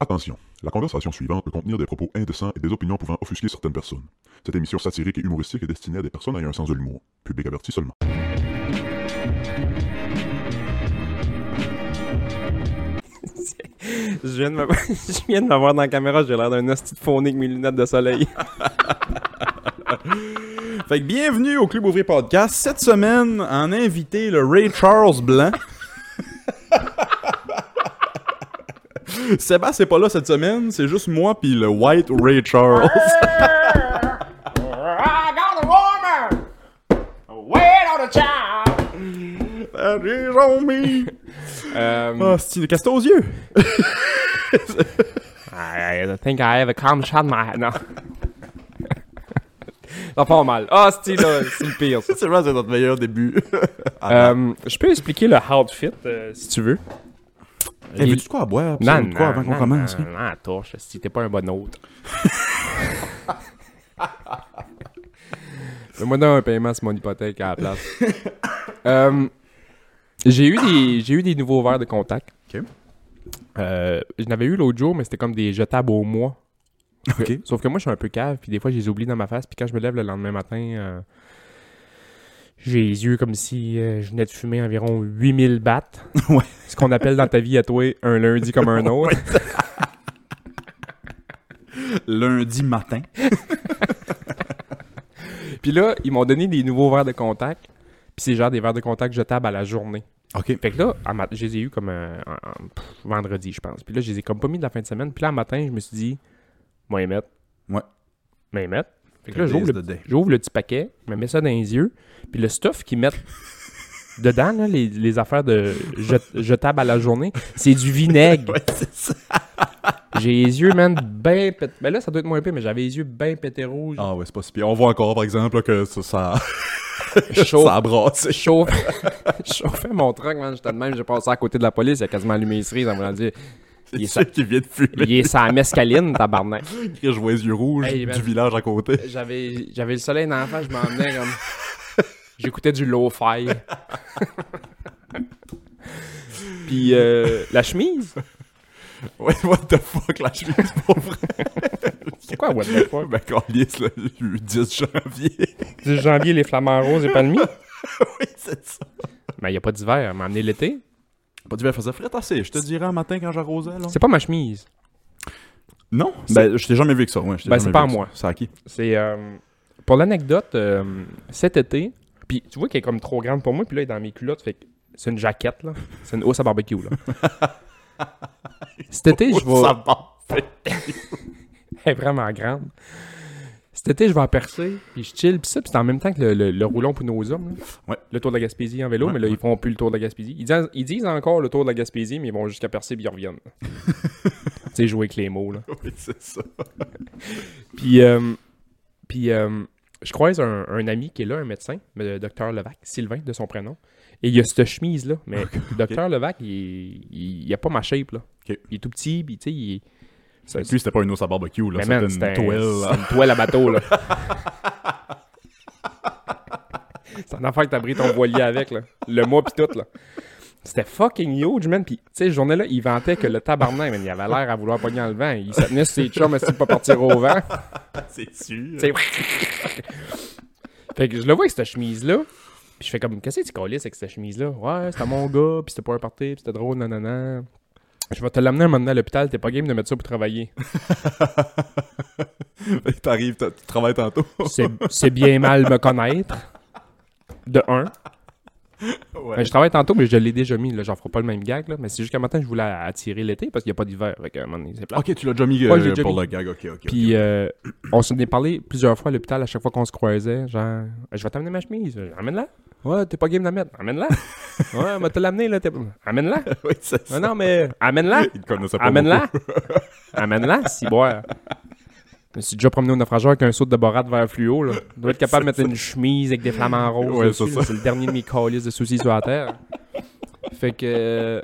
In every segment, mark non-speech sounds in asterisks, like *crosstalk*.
Attention, la conversation suivante peut contenir des propos indécents et des opinions pouvant offusquer certaines personnes. Cette émission satirique et humoristique est destinée à des personnes ayant un sens de l'humour. Public averti seulement. Je viens de *laughs* me, je viens de me voir dans la caméra, j'ai l'air d'un hostie de fourni avec mes lunettes de soleil. Fait que bienvenue au Club Ouvrier Podcast. Cette semaine, en invité, le Ray Charles Blanc. *laughs* Sébastien n'est pas là cette semaine, c'est juste moi puis le White Ray Charles. Ah! I got a woman wait on a child. *laughs* Um, Ah, c'est qu'est-ce que t'as aux yeux? I I think I have a calm shot in my... Non. Ça fait mal. Ah, c'est là, c'est le pire, ça. C'est vrai, c'est notre meilleur début. Um, je peux expliquer le outfit, euh, si tu veux. Eh, Veux-tu de quoi à boire? Puis ça, de quoi avant qu'on commence? Non, non, non, torche, si t'es pas un bon *laughs* hôte. Fais-moi donc un paiement sur mon hypothèque à la place. *laughs* Euh, j'ai eu des j'ai eu des nouveaux verres de contact. Ok. Euh, je n'avais eu l'autre jour, mais c'était comme des jetables au mois. Sauf que- Ok. Sauf que moi, je suis un peu cave, puis des fois, je les oublie dans ma face, puis quand je me lève le lendemain matin, euh, j'ai les yeux comme si euh, je venais de fumer environ 8000 bahts. Ouais. Ce qu'on appelle dans ta vie à toi un lundi comme un autre. Lundi matin. Puis là, ils m'ont donné des nouveaux verres de contact. Puis c'est genre des verres de contact jetables à la journée. Ok. Fait que là, en mat- je les ai eu comme euh, en- en- pff, vendredi, je pense. Puis là, je les ai comme pas mis de la fin de semaine. Puis là, le matin, je me suis dit, moi, les mettre. Ouais. Moi, les mettre. Fait que là, j'ouvre Days le, the day. j'ouvre le petit paquet, je me mets ça dans les yeux. Puis le stuff qu'ils mettent *laughs* dedans, là, les, les affaires de je- jetables à la journée, c'est du vinaigre. *laughs* Ouais, c'est ça. J'ai les yeux, man, ben pét... Ben là, ça doit être moins pire, mais j'avais les yeux ben pété rouges. Ah ouais, c'est pas si pire. On voit encore, par exemple, là, que ça, ça, Chaud. *laughs* ça a brassé. chauffe, *laughs* chauffais mon truck, man. J'étais de même, j'ai passé à côté de la police, il a quasiment allumé les cerises en voulant dire Il est *laughs* C'est qui vient de fumer. Il est sa mescaline, tabarnak. Je vois les yeux rouges Hey, man. Euh, du village à côté. J'avais, j'avais le soleil dans la face, je m'en venais comme. J'écoutais du low-fi. *laughs* Puis euh, la chemise *laughs* Ouais, what the fuck, la chemise, pour vrai. *laughs* C'est quoi, what the fuck Ben, câlisse, là, le *laughs* 10 janvier. 10 janvier, les flamants roses et *laughs* palmiers oui, c'est ça. Mais Ben, y a pas d'hiver, m'a amené l'été. Pas d'hiver, faisait frais assez. Je te dirais un matin quand j'arrosais, là. C'est pas ma chemise. Non? Ben, je t'ai jamais vu que ça, ouais. je t'ai Ben, jamais c'est vu pas avec à ça. moi. C'est à qui? C'est euh, pour l'anecdote, euh, cet été, puis tu vois qu'elle est comme trop grande pour moi, puis là elle est dans mes culottes, fait que c'est une jaquette là, c'est une hausse à barbecue là. *laughs* cet été, je vais Ça part. elle est vraiment grande. Cet été, je vais à Percé, puis je chill, puis ça, puis c'est en même temps que le, le- le roulon pour nos hommes. là. Ouais. Le tour de la Gaspésie en vélo, mais là, ils font plus le tour de la Gaspésie. Ils disent, ils disent encore le tour de la Gaspésie, mais ils vont jusqu'à Percé, puis ils reviennent. tu sais, jouer avec les mots, là. *laughs* Oui, c'est ça. Puis, euh, puis euh, je croise un, un ami qui est là, un médecin, mais le docteur Levac, Sylvain de son prénom. Et il y a cette chemise-là. Mais le docteur Levac, il, il, il a pas ma shape. Là. Ok. Il est tout petit, puis tu sais, il est. Et puis, c'était pas une os à barbecue, là. Ben, Mais man, C'était une c'était un- toile, c'est là. une toile à bateau, *laughs* là. c'est un affaire que t'as pris ton voilier avec, là. Le mois pis tout, là. C'était fucking huge, man. Pis, tu sais, ce journée-là, il vantait que le tabarnak, man, il avait l'air à vouloir pogner dans le vent. Il se tenait sur ses chums, essayer de pas partir au vent. C'est *laughs* sûr. *laughs* C'est- fait que je le vois avec cette chemise-là. Puis je fais comme, qu'est-ce que tu colles avec cette chemise-là? Ouais, c'était mon gars, puis c'était pas un party, puis c'était drôle, nanana. Je vais te l'amener un moment donné à l'hôpital, t'es pas game de mettre ça pour travailler. *laughs* T'arrives, t'as- tu travailles tantôt. C'est c'est bien mal me connaître. De un. Ouais. Ben, je travaille tantôt, mais je l'ai déjà mis, là, j'en ferai pas le même gag, là. Mais c'est jusqu'à matin, je voulais attirer l'été parce qu'il y a pas d'hiver. Fait que, à un moment donné, c'est plat. Ok, tu l'as déjà mis Ouais, j'ai euh, déjà pour mis. le gag, ok, ok. *laughs* Puis euh, on s'en est parlé plusieurs fois à l'hôpital à chaque fois qu'on se croisait. Genre, je vais t'amener ma chemise. Amène-la. Ouais, t'es pas game de la mettre. Amène-la. ouais, moi te l'amener là. t'es pas- Amène-la. Oui, c'est ça. Non, non, mais amène-la. Ils te connaissaient pas Ah, Amène-la. *laughs* Amène-la, si boire. Je me suis déjà promené au naufrageur avec un saut de borate vers fluo. Là. Je dois être capable de mettre une chemise avec des flamants roses. Ouais, dessus, c'est là. ça. c'est le dernier de mes calices de soucis sur la terre. Fait que. euh,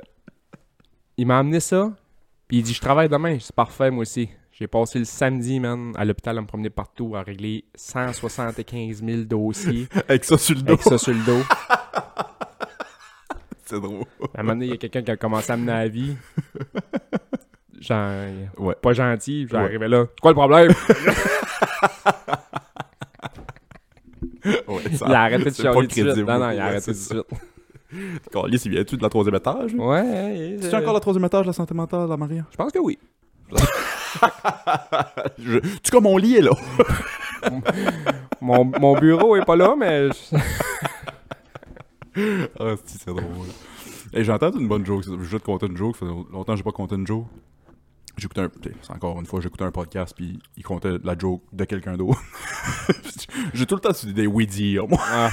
il m'a amené ça. Puis il dit Je travaille demain. C'est parfait, moi aussi. J'ai passé le samedi, man, à l'hôpital à me promener partout, à régler 175 000 dossiers Avec ça sur le dos, avec ça sur le dos. c'est drôle. *laughs* À un moment donné, il y a quelqu'un qui a commencé à mener la vie. genre, Ouais. pas gentil, puis Ouais. j'arrivais là. C'est quoi le *laughs* problème? *laughs* Ouais, ça- Il a arrêté de c'est pas chialer tout de suite. crédible. Non, non, il Ouais, a arrêté c'est tout de suite. Calisse, il vient-tu de la troisième étage? *laughs* Ouais, ouais, C'est euh, encore le troisième étage, la santé mentale, la Maria? Je pense que oui. *laughs* Je- Tu comme mon lit est là. *laughs* *laughs* Mon, mon bureau est pas là, mais je- *laughs* Ah, si, c'est drôle. Et j'ai entendu une bonne joke. Je vais te conter une joke. Ça fait longtemps que j'ai pas conté une joke. J'écoutais un. t'sais, C'est encore une fois, j'écoutais un podcast, puis il comptait la joke de quelqu'un d'autre. *laughs* j'ai tout le temps su des oui-dire, moi. Ah.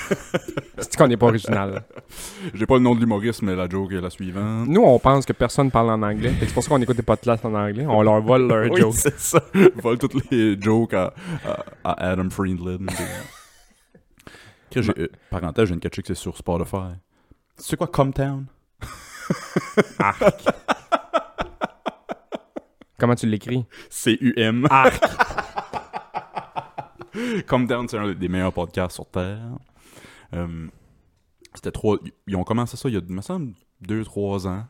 c'est qu'on n'est pas original. J'ai pas le nom de l'humoriste, mais la joke est la suivante. Nous, on pense que personne parle en anglais. fait que C'est pour ça qu'on n'écoute pas de classe en anglais. On leur vole leur Oui, joke. c'est ça. *laughs* Vole toutes les jokes à, à- à Adam *laughs* Friedland. Chris, j'ai- euh, Parenthèse, j'ai une catch que c'est sur Spotify. Tu sais quoi, Comtown? Comment tu l'écris? C-U-M. Arc. *laughs* Come Down, c'est un des meilleurs podcasts sur Terre. Euh, C'était trois. Ils ont commencé ça il y a, me semble, deux, trois ans.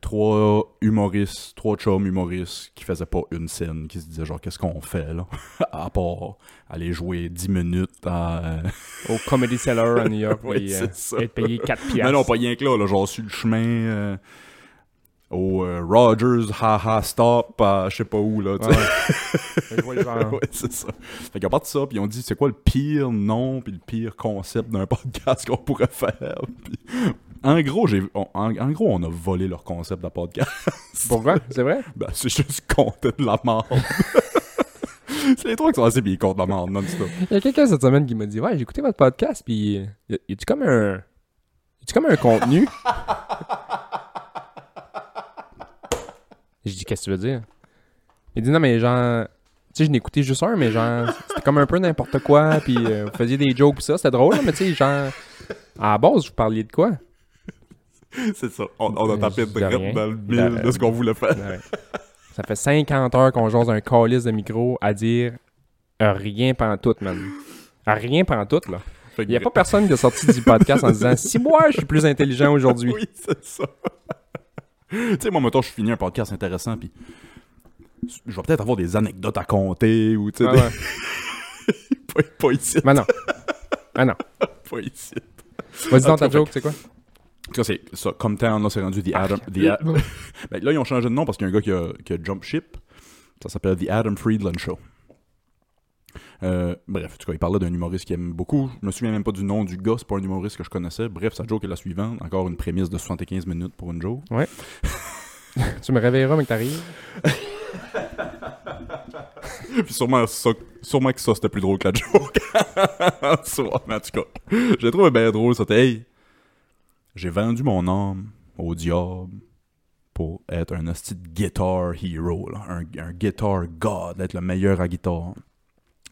Trois humoristes, trois chums humoristes qui faisaient pas une scène, qui se disaient genre, qu'est-ce qu'on fait là *laughs* À part aller jouer 10 minutes à. Au Comedy Cellar à New *laughs* York. Ouais, et, c'est euh, ça. être payé 4 piastres. Mais non, pas rien que là, là, genre sur le chemin euh, au euh, Rogers, haha, stop, à je sais pas où *laughs* là. tu sais. Ouais. Je vois le genre. *laughs* Ouais, c'est ça. Fait qu'à part de ça, puis ils ont dit c'est quoi le pire nom puis le pire concept d'un *laughs* podcast qu'on pourrait faire. *laughs* Puis, en gros, j'ai on- en, en gros, on a volé leur concept de podcast. *laughs* Pourquoi? C'est vrai? Ben, c'est juste compter de la mort. *laughs* c'est les trois qui sont assez puis ils comptent la mort non-stop. Il y a quelqu'un cette semaine qui m'a dit Ouais, j'ai écouté votre podcast, puis euh, y a- y a-tu comme un. y a-tu comme un contenu J'ai dit Qu'est-ce que tu veux dire Il dit Non, mais genre. Tu sais, je n'ai écouté juste un, mais genre, c'était comme un peu n'importe quoi, puis euh, vous faisiez des jokes, pis ça, c'était drôle, là, mais tu sais, genre. À la base, vous parliez de quoi C'est ça. On, on a Euh, tapé je dis rien. direct dans le Ben, mille de ce qu'on voulait faire. Ouais. Ça fait 50 heures qu'on jase un calice de micro à dire euh, rien pantoute, man. Euh, Rien pantoute, là. Fait Il que- n'y a *laughs* pas personne qui a sorti du podcast en disant Si moi, je suis plus intelligent aujourd'hui. Oui, c'est ça. *laughs* tu sais, moi, mettons, je finis un podcast intéressant, puis je vais peut-être avoir des anecdotes à compter, ou tu sais, Ah des- ouais. *laughs* pas, pas ici, Mais non. Ah non. pas ici. Vas-y donc ta En tout cas, joke, c'est quoi En tout cas, c'est ça. Comme temps, là, c'est rendu The Adam. The A- Ben, là, ils ont changé de nom parce qu'il y a un gars qui a, qui a jump ship. Ça s'appelle The Adam Friedland Show. Euh, bref, en tout cas, il parlait d'un humoriste qu'il aime beaucoup. Je me souviens même pas du nom du gars, c'est pas un humoriste que je connaissais. Bref, sa joke est la suivante. Encore une prémisse de 75 minutes pour une joke. Tu me réveilleras, mais que t'arrives. Puis sûrement, ça- sûrement que ça, c'était plus drôle que la joke. *laughs* en soi, mais en tout cas, je l'ai trouvé bien drôle. C'était, hey, j'ai vendu mon âme au diable pour être un hostie de guitar hero, là, un, un guitar god, être le meilleur à guitare.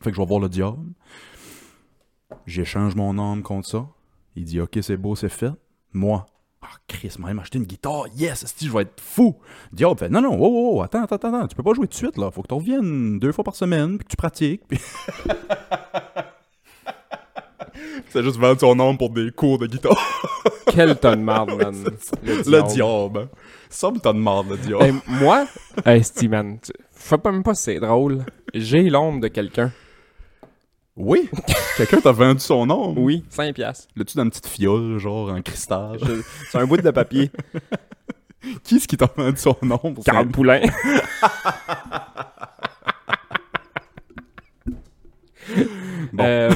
Fait que je vais voir le diable. J'échange mon âme contre ça. Il dit, ok, c'est beau, c'est fait. Moi, ah, Chris, m'a même acheté une guitare. Yes, si je vais être fou. Diable fait, non, non, wow, wow, wow, attends, attends, attends, attends, tu peux pas jouer tout de suite, là. Faut que tu reviennes deux fois par semaine, puis que tu pratiques. Puis... *laughs* c'est juste vendre son âme pour des cours de *laughs* guitare. Quel ton de marde, man. *laughs* Le diable. Ça me t'en demande, le diable. Hey, moi, hey, Steve, man, tu- je sais pas même pas si c'est drôle. J'ai l'ombre de quelqu'un. Oui. *laughs* Quelqu'un t'a vendu son âme. Oui, 5 piastres. L'as-tu dans une petite fiole, genre, en cristal? C'est un bout de papier. Qui est-ce qui t'a vendu son âme? pour Carl ça? Poulain. *laughs* Bon. Euh,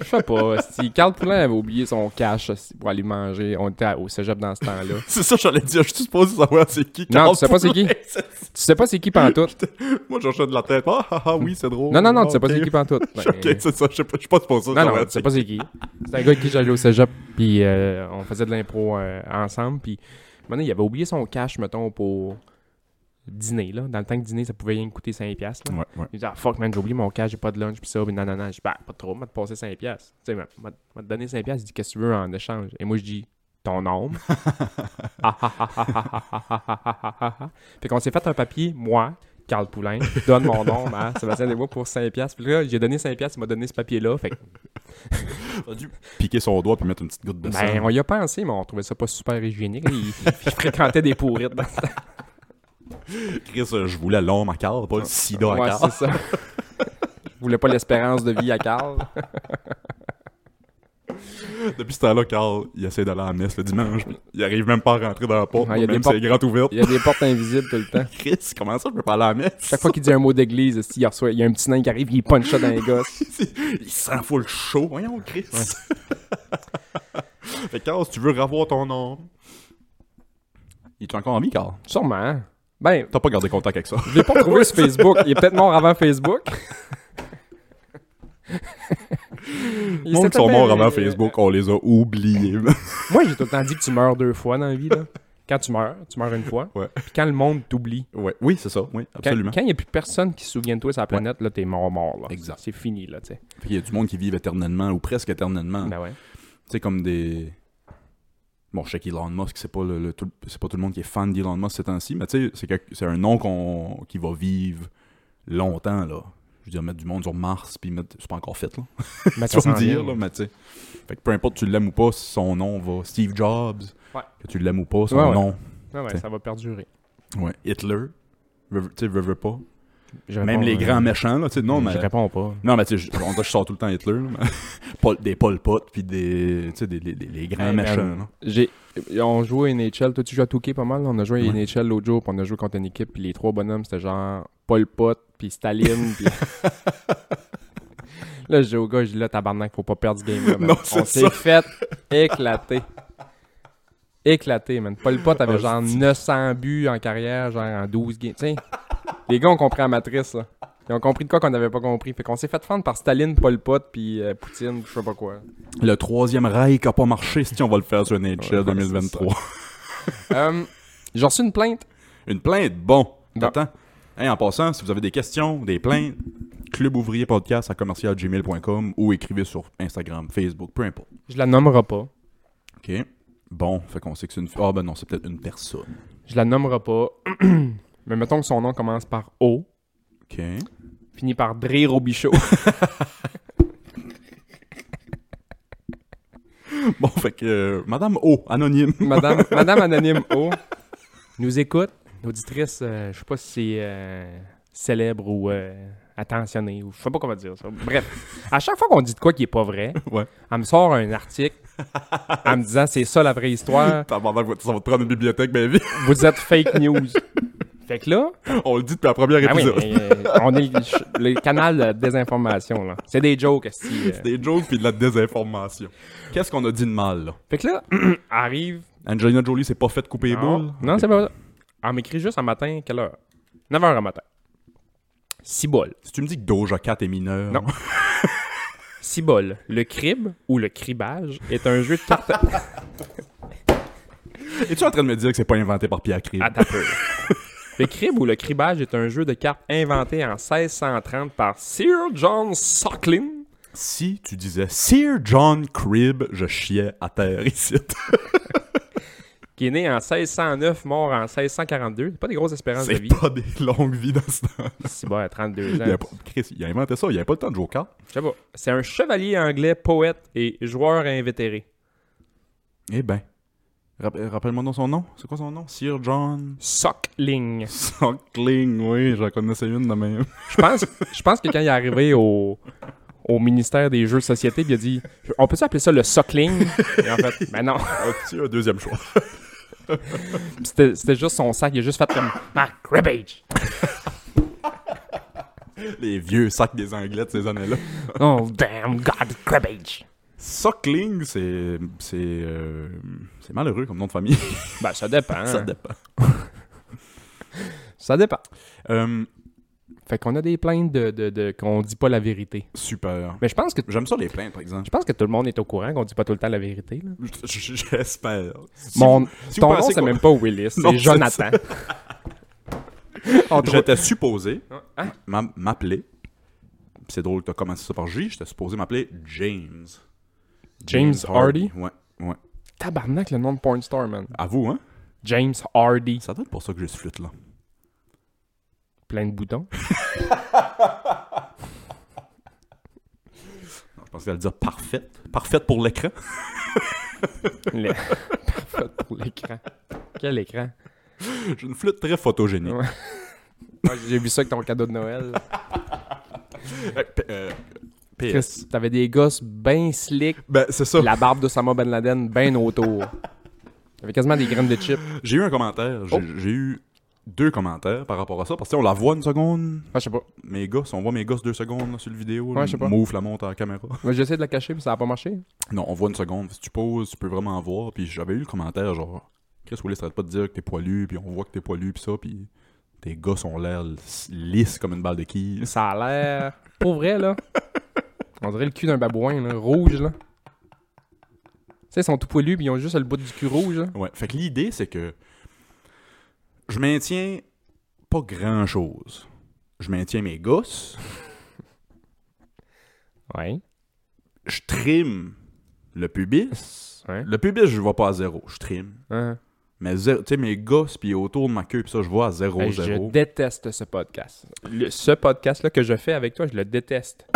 je sais pas, si Carl Poulain avait oublié son cash esti, pour aller manger, on était à- au cégep dans ce temps-là. C'est ça, j'allais dire. Je suis supposé savoir c'est qui. Non, Carl tu sais *laughs* pas c'est qui. Poulain. Tu sais pas c'est qui pantoute. Moi, je de la tête. Ah, ah, ah, oui, c'est drôle. Non, non, non, tu sais c'est pas c'est qui pantoute. *laughs* Ok, Ben, c'est ça. Je sais pas- je suis pas supposé Non, savoir non, tu sais pas c'est qui. C'est un gars avec qui j'allais au cégep, puis euh, on faisait de l'impro euh, ensemble, puis maintenant il avait oublié son cash, mettons, pour dîner, là. Dans le temps que dîner, ça pouvait rien coûter 5$, piastres, là. *laughs* Ouais, ouais. Il dit, ah fuck man, j'ai oublié mon cash, j'ai pas de lunch, pis ça, pis non, non, non, je dis, bah, pas de trop, m'a te passer 5$. Tu sais, m'a m'a- m'a te donné 5$, il dit, qu'est-ce que tu veux en échange? Et moi, je dis, ton *laughs* homme. fait qu'on s'est fait un papier, moi, Carl *laughs* Poulain, donne mon nom à Sébastien Desbois pour 5$. Puis là, j'ai donné 5$, il m'a donné ce papier-là. Fait que T'as dû piquer son doigt puis mettre une petite goutte de Ben, sang. on y a pensé, mais on trouvait ça pas super hygiénique. *laughs* Il, il fréquentait des pourrites. Dans ce temps. Chris, euh, je voulais l'homme à quart, pas le sida à Ah. Ouais, quart. c'est *laughs* ça. Je voulais pas l'espérance de vie à Carl. Depuis ce temps-là, Carl, il essaie d'aller à la messe le dimanche. puis Il arrive même pas à rentrer dans la porte, Ouais, il y a même des si elle est grande ouverte. Il y a des portes invisibles tout le temps. Chris, comment ça, je peux pas aller à la messe? Chaque fois qu'il dit un mot d'église, esti, il, reçoit- il y a un petit nain qui arrive, il punch ça dans les gosses. il s'en fout le chaud. Voyons, Chris. *laughs* fait que, Carl, si tu veux revoir ton nom. Il est encore en vie, Carl? Sûrement. hein. Ben, T'as pas gardé contact avec ça. je l'ai *laughs* pas trouvé sur Facebook. Il est peut-être mort avant Facebook. Il Les gens qui s'était sont fait- euh, morts avant Facebook, on les a *laughs* oubliés. Moi, j'ai tout le temps dit que tu meurs deux fois dans la vie. Là. Quand tu meurs, tu meurs une fois. Ouais. Puis quand le monde t'oublie, ouais. Oui, c'est ça. Oui, quand absolument. il n'y a plus personne qui se souvient de toi sur la planète, là, t'es mort mort. Là. Exact. C'est fini, là, tu sais. Puis il y a du monde qui vit éternellement ou presque éternellement. Ben ouais. Tu sais, comme des. Bon, je sais qu'Elon Musk, c'est pas, le, le tout- c'est pas tout le monde qui est fan d'Elon Musk ces temps-ci, mais tu sais, c'est, quelque- c'est un nom qu'on, qui va vivre longtemps, là. Je veux dire, mettre du monde sur Mars, puis mettre. C'est pas encore fait, là. Mais *laughs* tu vas s'en me dire, vient. là, mais tu sais. Fait que peu importe, tu l'aimes ou pas, son nom va. Steve Jobs, Ouais. que tu l'aimes ou pas, son Ouais, ouais. nom. Ouais, ouais, T'sais. ça va perdurer. Ouais. Hitler. Veux- Tu sais, veux, veux pas. Je réponds, Même les euh, grands méchants, là, tu sais. Non, mais. Je réponds pas. Non, mais tu sais, je, on dirait que je sors tout le temps Hitler, là, *laughs* mais- Paul- des Pol Pot, puis des, tu sais, des, des- des- les grands Hey, man. méchants. là. J'ai... On jouait à NHL. Toi, tu joues à Touquet pas mal. On a joué à Ouais. NHL l'autre jour. Puis on a joué contre une équipe. Puis les trois bonhommes, c'était genre Paul Pot, puis Staline. *laughs* puis... là, je dis au gars, je dis là, tabarnak, faut pas perdre ce game-là. man. Non, on c'est s'est ça. fait éclater. Éclaté, man. Paul Pot avait Ah, genre 900 buts en carrière, genre en 12 games. Tiens, les gars ont compris la matrice, là. Ils ont compris de quoi qu'on n'avait pas compris. Fait qu'on s'est fait fendre par Staline, Paul Pot, puis euh, Poutine, puis je sais pas quoi. Le troisième Reich a pas marché, si on va le faire sur NHL Ouais, 2023. Euh, J'ai reçu une plainte. *laughs* Une plainte, bon. Bon. T'attends. Hey, en passant, si vous avez des questions, des plaintes, Club Ouvrier Podcast à commercialgmail.com ou écrivez sur Instagram, Facebook, peu importe. Je la nommerai pas. OK. Bon, fait qu'on sait que c'est une... Ah ben non, c'est peut-être une personne. Je la nommerai pas. *clears throat* Mais mettons que son nom commence par O, OK. *laughs* finit par Dré Robichaud. Bon, fait que... euh, Madame O, anonyme. *laughs* Madame, Madame Anonyme O nous écoute. L'auditrice, euh, je sais pas si c'est euh, célèbre ou euh, attentionnée, ou je sais pas comment dire ça. Bref, à chaque fois qu'on dit de quoi qui est pas vrai, Ouais. elle me sort un article en me disant c'est ça la vraie histoire, *laughs* T'as ça va te prendre une bibliothèque, baby. vous êtes fake news. Fait que là, *laughs* On le dit depuis la première ah oui, épisode. mais, euh, on est le, le canal de désinformation. là. C'est des jokes, esti, euh. Des jokes puis de la désinformation. Qu'est-ce qu'on a dit de mal, là? Fait que là, *clears throat* arrive Angelina Jolie s'est pas faite couper les Non, boules? Non, c'est pas ça. Elle m'écrit juste un matin, quelle heure 9h un matin. Cibole. Si tu me dis que Doja Cat est mineur... Non. Cibole. Le crib ou le cribage est un jeu de *laughs* cartes. *laughs* Es-tu en train de me dire que c'est pas inventé par Pierre Crib? à ta peur. Le crib ou le cribage est un jeu de cartes inventé en 1630 par Sir John Socklin. Si tu disais Sir John Crib, je chiais à terre ici. Qui est né en 1609, mort en 1642. C'est pas des grosses espérances de *laughs* C'est vie. pas des longues vies dans ce temps. C'est bon, à 32 Il a, ans. pas- Chris, il a inventé ça, il avait pas le temps de jouer aux cartes. Je sais pas. C'est un chevalier anglais, poète et joueur invétéré. Eh ben. Rapp- euh, Rappelle-moi donc son nom. C'est quoi son nom? Sir John Sockling. Suckling, oui, j'en connaissais une *laughs* de même. Je pense, je pense que quand il est arrivé au, au ministère des Jeux de Société, puis il a dit On peut appeler ça le sockling Et en fait, ben non. *laughs* As-tu un deuxième choix? Puis C'était c'était juste son sac, il a juste fait comme Ah, My cribbage. Les vieux sacs des Anglais de ces années-là. Oh, Oh, damn God cribbage. Suckling, c'est. C'est. euh, c'est malheureux comme nom de famille. *laughs* ben ça dépend. ça dépend. Ça dépend. Euh, Fait qu'on a des plaintes de, de, de- qu'on dit pas la vérité. super. Mais je pense que J'aime ça les plaintes, par exemple. je pense que tout le monde est au courant qu'on dit pas tout le temps la vérité. là. J- J'espère. Si Mon, vous- si vous ton nom, pensez c'est qu'on- même pas Willis, c'est Non, c'est Jonathan. On trouve- J'étais supposé Hein? m'a- m'appeler. C'est drôle que t'as commencé ça par J. J'étais supposé m'appeler James. James Hardy? Ouais, ouais. Tabarnak, le nom de porn star, man. À vous, hein? James Hardy. Ça doit être pour ça que j'ai ce flûte-là. Plein de boutons. Non, je pensais à le dire parfaite. Parfaite pour l'écran. *laughs* Le- *laughs* Parfait pour l'écran. Quel écran? J'ai une flûte très photogénique. Ouais. Ah, J'ai vu ça avec ton cadeau de Noël. Euh, p- euh, PS. Chris, t'avais des gosses bien slick, Ben, c'est ça. pis la barbe d'Osama Ben Laden bien autour. T'avais quasiment des graines de chips. J'ai eu un commentaire. J'ai Oh. j'ai eu deux commentaires par rapport à ça. Parce que tu sais, on la voit une seconde. Ah, je sais pas. Mes gosses, on voit mes gosses deux secondes là, sur le vidéo. là. Ouais, je sais pas. Mouf la monte à la caméra. *laughs* Moi, j'essaie de la cacher, mais ça a pas marché. Non, on voit une seconde. Si tu poses, tu peux vraiment voir. Puis j'avais eu le commentaire genre Chris Willis arrête pas de dire que t'es poilu, puis on voit que t'es poilu, puis ça, puis tes gosses ont l'air lisses comme une balle de quilles. Ça a l'air. Pour vrai, là. On dirait le cul d'un babouin, là. Rouge, là. Tu sais, ils sont tout poilus, puis ils ont juste le bout du cul rouge, là. Ouais. Fait que l'idée, c'est que je maintiens pas grand chose. Je maintiens mes gosses, Ouais. je trime le pubis. Ouais. Le pubis, je vois pas à zéro, je trime. Hein? Mais zéro- tu sais, mes gosses, puis autour de ma queue, puis ça, je vois à zéro, Hey, zéro. je déteste ce podcast. Le- ce podcast-là que je fais avec toi, je le *laughs* déteste.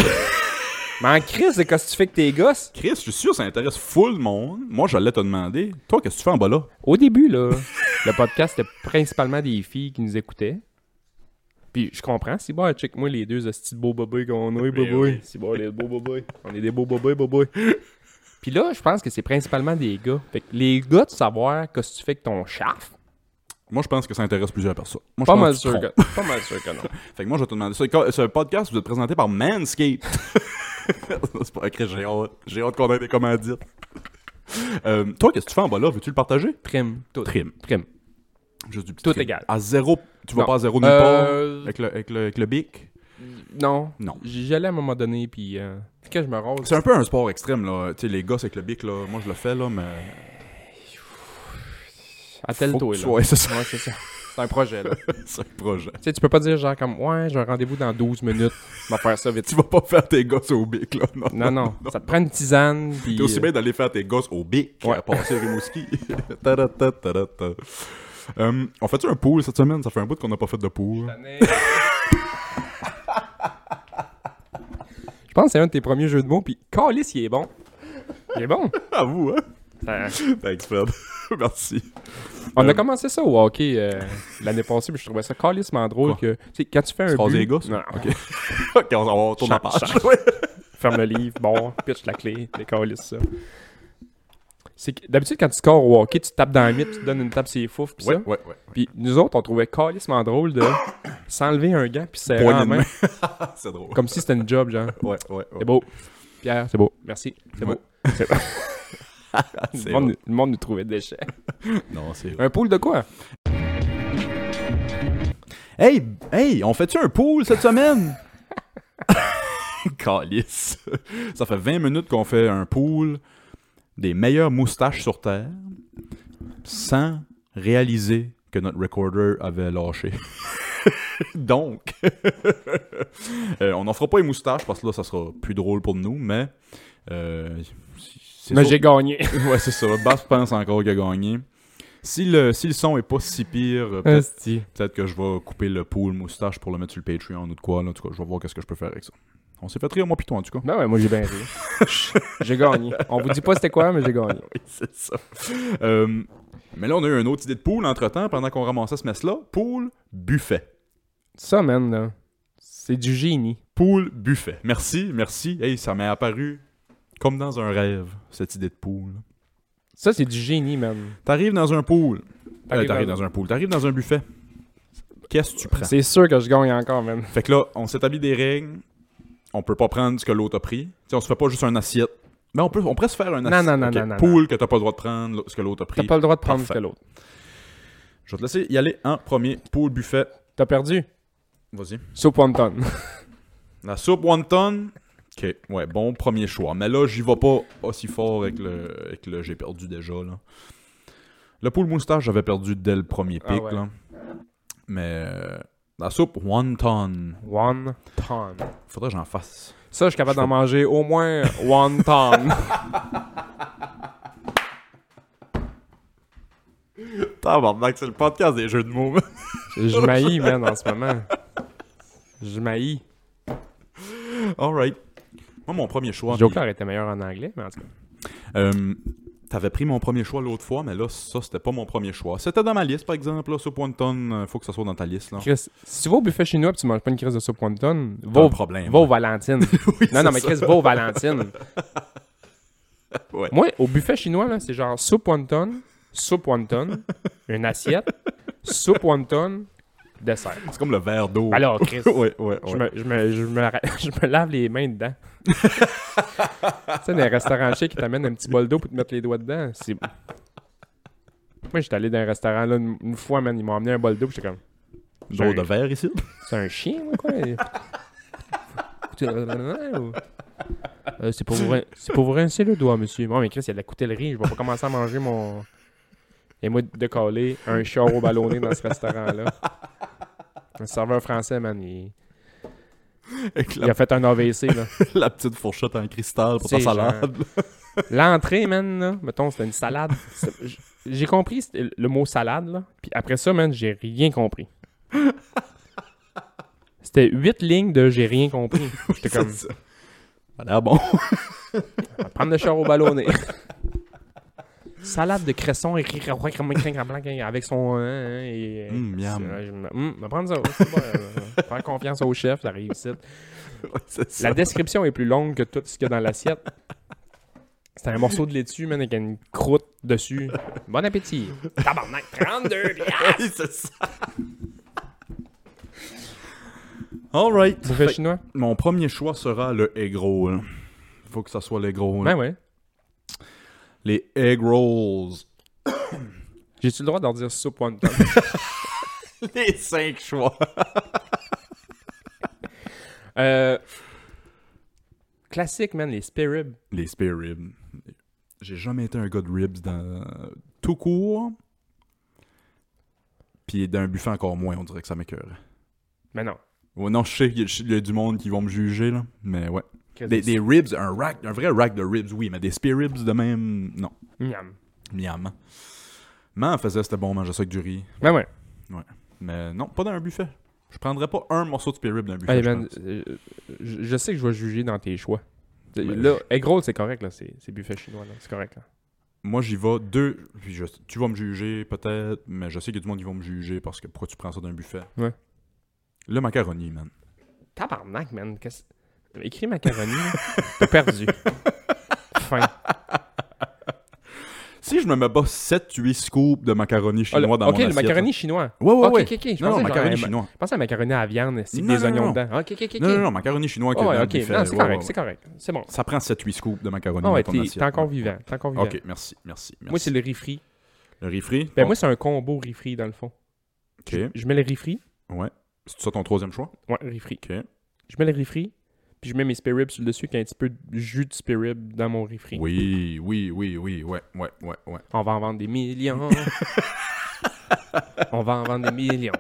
mais en crise, c'est qu'est-ce que tu fais que tes gosses? Chris, je suis sûr que ça intéresse full monde. Moi, j'allais te demander, toi, qu'est-ce que tu fais en bas là? Au début, là, le podcast, c'était principalement des filles qui nous écoutaient. Puis je comprends, si bon, check moi les deux hosties de beaux boboys qu'on est, boboy. Ben Si bon, les beaux boboys. On est des beaux boboys, boboy. Puis là, je pense que c'est principalement des gars. Fait que les gars, de savoir qu'est-ce que tu fais que ton charf, Moi, je pense que ça intéresse plusieurs personnes. Moi, je pas pense mal, que tu te sûr trompes. que, pas mal sûr que non. Fait que moi, je vais te demander ça. Ce podcast, vous êtes présenté par Manscaped. *laughs* c'est pas écrit, j'ai hâte. J'ai hâte qu'on ait des commandites. Euh, toi, qu'est-ce que tu fais en bas là? Veux-tu le partager? Trim, tout. Trim. Trim. Juste du petit Tout trim. égal. À zéro, tu vas Non. pas à zéro nulle Euh, part? Avec le, avec, le, avec le bic? Non. Non. J'allais à un moment donné, puis euh, que je me rase. C'est un peu un sport extrême, là. Tu sais, les gosses avec le bic, là. Moi, je le fais, là, mais. faut Attelle-toi, là. que tu sois- *laughs* c'est ça. Ouais, c'est ça. C'est un projet, là. tu C'est un projet. sais, tu peux pas dire genre comme, ouais, j'ai un rendez-vous dans 12 minutes, je vais faire ça vite. Tu vas pas faire tes gosses au bic, là. Non, Non, non, ça te prend une tisane, puis... euh, T'es *laughs* aussi bien d'aller faire tes gosses au bic Ouais. à passer à Rimouski. *laughs* Tarata, tarata. Euh, on fait-tu un pool cette semaine? Ça fait un bout qu'on n'a pas fait de pool. Je pense que c'est un de tes premiers jeux de mots, puis Calis, il est bon. Il est bon. À vous, hein? Ça- Thanks, Fred. *laughs* Merci. On Euh, a commencé ça au hockey euh, l'année passée, puis je trouvais ça calissement drôle Quoi? que... Tu sais, quand tu fais un raser but... les gosses? Non, OK. ok, on s'en va, on tourne la Change, page. change. Ouais. ferme le livre, bon, pitch la clé, décalisse ça. C'est que, d'habitude, quand tu scores au hockey, tu tapes dans la mythe, tu te donnes une tape sur les fouf, pis Ouais, ça. ouais, ouais. Puis nous autres, on trouvait calissement drôle de s'enlever un gant puis serrer Poignée la de main, Ah, *laughs* c'est drôle. comme si c'était une job, genre. Ouais, ouais, ouais. C'est beau. Pierre, c'est beau. Merci, c'est Ouais. beau. C'est beau. C'est le, monde, vrai. le monde nous trouvait déchets. Non, c'est vrai. Un pool de quoi? Hey, hey, on fait-tu un pool cette semaine? *laughs* Calice. Ça fait 20 minutes qu'on fait un pool des meilleures moustaches sur Terre sans réaliser que notre recorder avait lâché. *laughs* Donc, *laughs* euh, on n'en fera pas les moustaches parce que là, ça sera plus drôle pour nous, mais. euh, c'est Mais sûr- j'ai gagné. *laughs* Ouais, c'est ça. Bass pense encore qu'il a gagné. Si le, si le son est pas si pire, euh, peut-être Asti. Peut-être que je vais couper le pool moustache pour le mettre sur le Patreon ou de quoi. Là, en tout cas, je vais voir qu'est-ce que je peux faire avec ça. On s'est fait rire, moi, puis toi, en tout cas. Non, ouais, moi j'ai bien ri. *laughs* j'ai gagné. On vous dit pas c'était quoi, mais j'ai gagné. Oui, *laughs* c'est ça. Euh, mais là, on a eu une autre idée de pool entre-temps, pendant qu'on ramassait ce mess-là. Pool buffet. Ça, man, là, c'est du génie. Pool buffet. Merci, merci. Hey, ça m'est apparu comme dans un rêve, cette idée de pool. Ça, c'est du génie, man. T'arrives dans un pool. Euh, T'arrives T'arrives dans... dans- un pool. T'arrives dans un buffet. Qu'est-ce que tu prends? C'est sûr que je gagne encore, man. Fait que là, on s'établit des règles. On peut pas prendre ce que l'autre a pris. T'sais, on se fait pas juste un assiette. Mais on peut, on pourrait se faire un assiette. non, non, Ok, non, non, Pool que t'as pas le droit de prendre, l'autre- ce que l'autre a T'as pris. pas le droit de prendre Parfait. ce que l'autre. Je vais te laisser y aller en premier. Pool buffet. T'as perdu. Vas-y. Soup wonton. La soupe wonton. Ok, ouais, bon premier choix. Mais là, j'y vais pas aussi fort avec le, avec le j'ai perdu déjà. Là. Le pool moustache, j'avais perdu dès le premier pic. Ah ouais. là. Mais euh, la soupe wonton. One ton. Faudrait que j'en fasse. Ça, je suis capable Je d'en manger au moins one ton. Tabarnak, c'est le podcast des jeux de mots. je maillis, man, en ce moment. Je maillis. Alright. Moi, mon premier choix. Joker était meilleur en anglais, mais en tout cas. Euh, T'avais pris mon premier choix l'autre fois, mais là, ça, c'était pas mon premier choix. C'était dans ma liste, par exemple, là, ce point de tonne, euh, faut que ça soit dans ta liste, là. Chris, si tu vas au buffet chez nous et tu manges pas une crise de soupe one ton, Pas va, de au- problème. va au Valentine. Oui, non, non, c'est mais ça. Chris, va au Valentine. Ouais. Moi, au buffet chinois, là, c'est genre soupe wonton, soupe wonton, une assiette, soupe wonton, dessert. C'est comme le verre d'eau. Alors, Chris, *laughs* ouais, ouais, je, ouais. me, je, me, je, me, ra- *laughs* je me lave les mains *laughs* dedans. tu sais, les restaurants chics qui t'amènent un petit bol d'eau pour te mettre les doigts dedans. c'est- *laughs* Moi, j'étais allé dans un restaurant, là, une, une fois, man, ils m'ont amené un bol d'eau, puis j'étais comme, L'eau de verre ici. *laughs* c'est un chien, moi, quoi. *laughs* Euh, c'est pour vous rin- c'est pour vous rincer le doigt, monsieur. Bon, mais Chris, il y a de la coutellerie. Je vais pas commencer à manger mon. Et moi, de coller un char au ballonné dans ce restaurant-là. Le serveur français, man, il, Avec la, il a fait un AVC, là. la petite fourchette en cristal pour ta C'est genre- salade. *laughs* L'entrée, man, là, mettons, c'était une salade. C'est- j- J'ai compris c'était le mot salade, là. Puis après ça, man, j'ai rien compris. C'était huit lignes de j'ai rien compris. J'étais comme, Ça a l'air Ah, bon. *laughs* prendre le char au ballonnet. salade de cresson et ri- ri- ri- ri- avec son. hein, hein, et, Mm, miam. c'est- ouais, je me- mm, me prendre ça. c'est bon, euh, faire confiance au chef, la réussite. Ouais, c'est ça. *laughs* La description est plus longue que tout ce qu'il y a dans *laughs* l'assiette. C'était un morceau de laitue, man, avec une croûte dessus. Bon appétit. Tabarnak, 32 piastres. Oui, c'est ça. Alright. Buffet chinois? Mon premier choix sera le egg roll. Faut que ça soit l'egg roll. Ben ouais. Les egg rolls. *laughs* J'ai-tu le droit d'en dire soupe one *laughs* time? Les cinq choix. Euh, classique, man, les spare ribs. Les spare ribs. J'ai jamais été un gars de ribs dans tout court. Puis d'un buffet encore moins, on dirait que ça m'écœure. Mais Ben non. Ouais, non, je sais qu'il y a- je sais qu'il y a du monde qui vont me juger, là. Mais ouais. Qu'est-ce Des, que des ribs, un rack, un vrai rack de ribs, oui, mais des spear ribs de même, non. Miam. Miam. Maman faisait, c'était bon, mangeait ça avec du riz. Ben ouais. Mais non, pas dans un buffet. Je prendrais pas un morceau de spear rib d'un buffet. Hey, je man, pense. euh, je, je sais que je vais juger dans tes choix. Mais- Là, egg roll, c'est correct, là. C'est c'est buffet chinois, là. C'est correct, là. Moi, j'y vais deux. puis je- tu vas me juger, peut-être, mais je sais qu'il y a du monde qui va me juger parce que pourquoi tu prends ça d'un buffet Ouais. Le *laughs* macaroni, man. Tabarnak, man. qu'est-ce- Écris macaroni, là. t'as *laughs* perdu. Fin. Si je me mets pas 7-8 scoops de macaroni Ah, le- chinois dans ok, mon le assiette, macaroni chinois. là- Ouais, ouais, ok, ouais. ok, ok. Je pensais non, non, genre à un macaroni ma- chinois. Je pensais à macaroni à viande, c'est Non, des non, oignons non. dedans. Ok, ok, ok. Non, ok. non, non, macaroni chinois qui Ah est ouais, dans ok. le buffet. Non, c'est ouais, correct, ouais, c'est correct. C'est bon. ouais. Ça prend 7-8 scoops de macaroni Ah ouais, dans t'es ton t'es assiette. encore ouais. vivant. T'es encore vivant. Ok, merci, merci, merci. Moi, c'est le riz frit. le riz frit. Ben, Bon, moi, c'est un combo riz frit, dans le fond. ok. Je mets le riz frit. Ouais. C'est ça ton troisième choix? Ouais, riz frit. Ok. Je mets le riz frit. Puis je mets mes spare ribs sur le dessus, qui a un petit peu de jus de spare rib dans mon riz frit. Oui, oui, oui, oui, ouais, ouais, ouais, ouais. On va en vendre des *laughs* millions. On va en vendre des millions.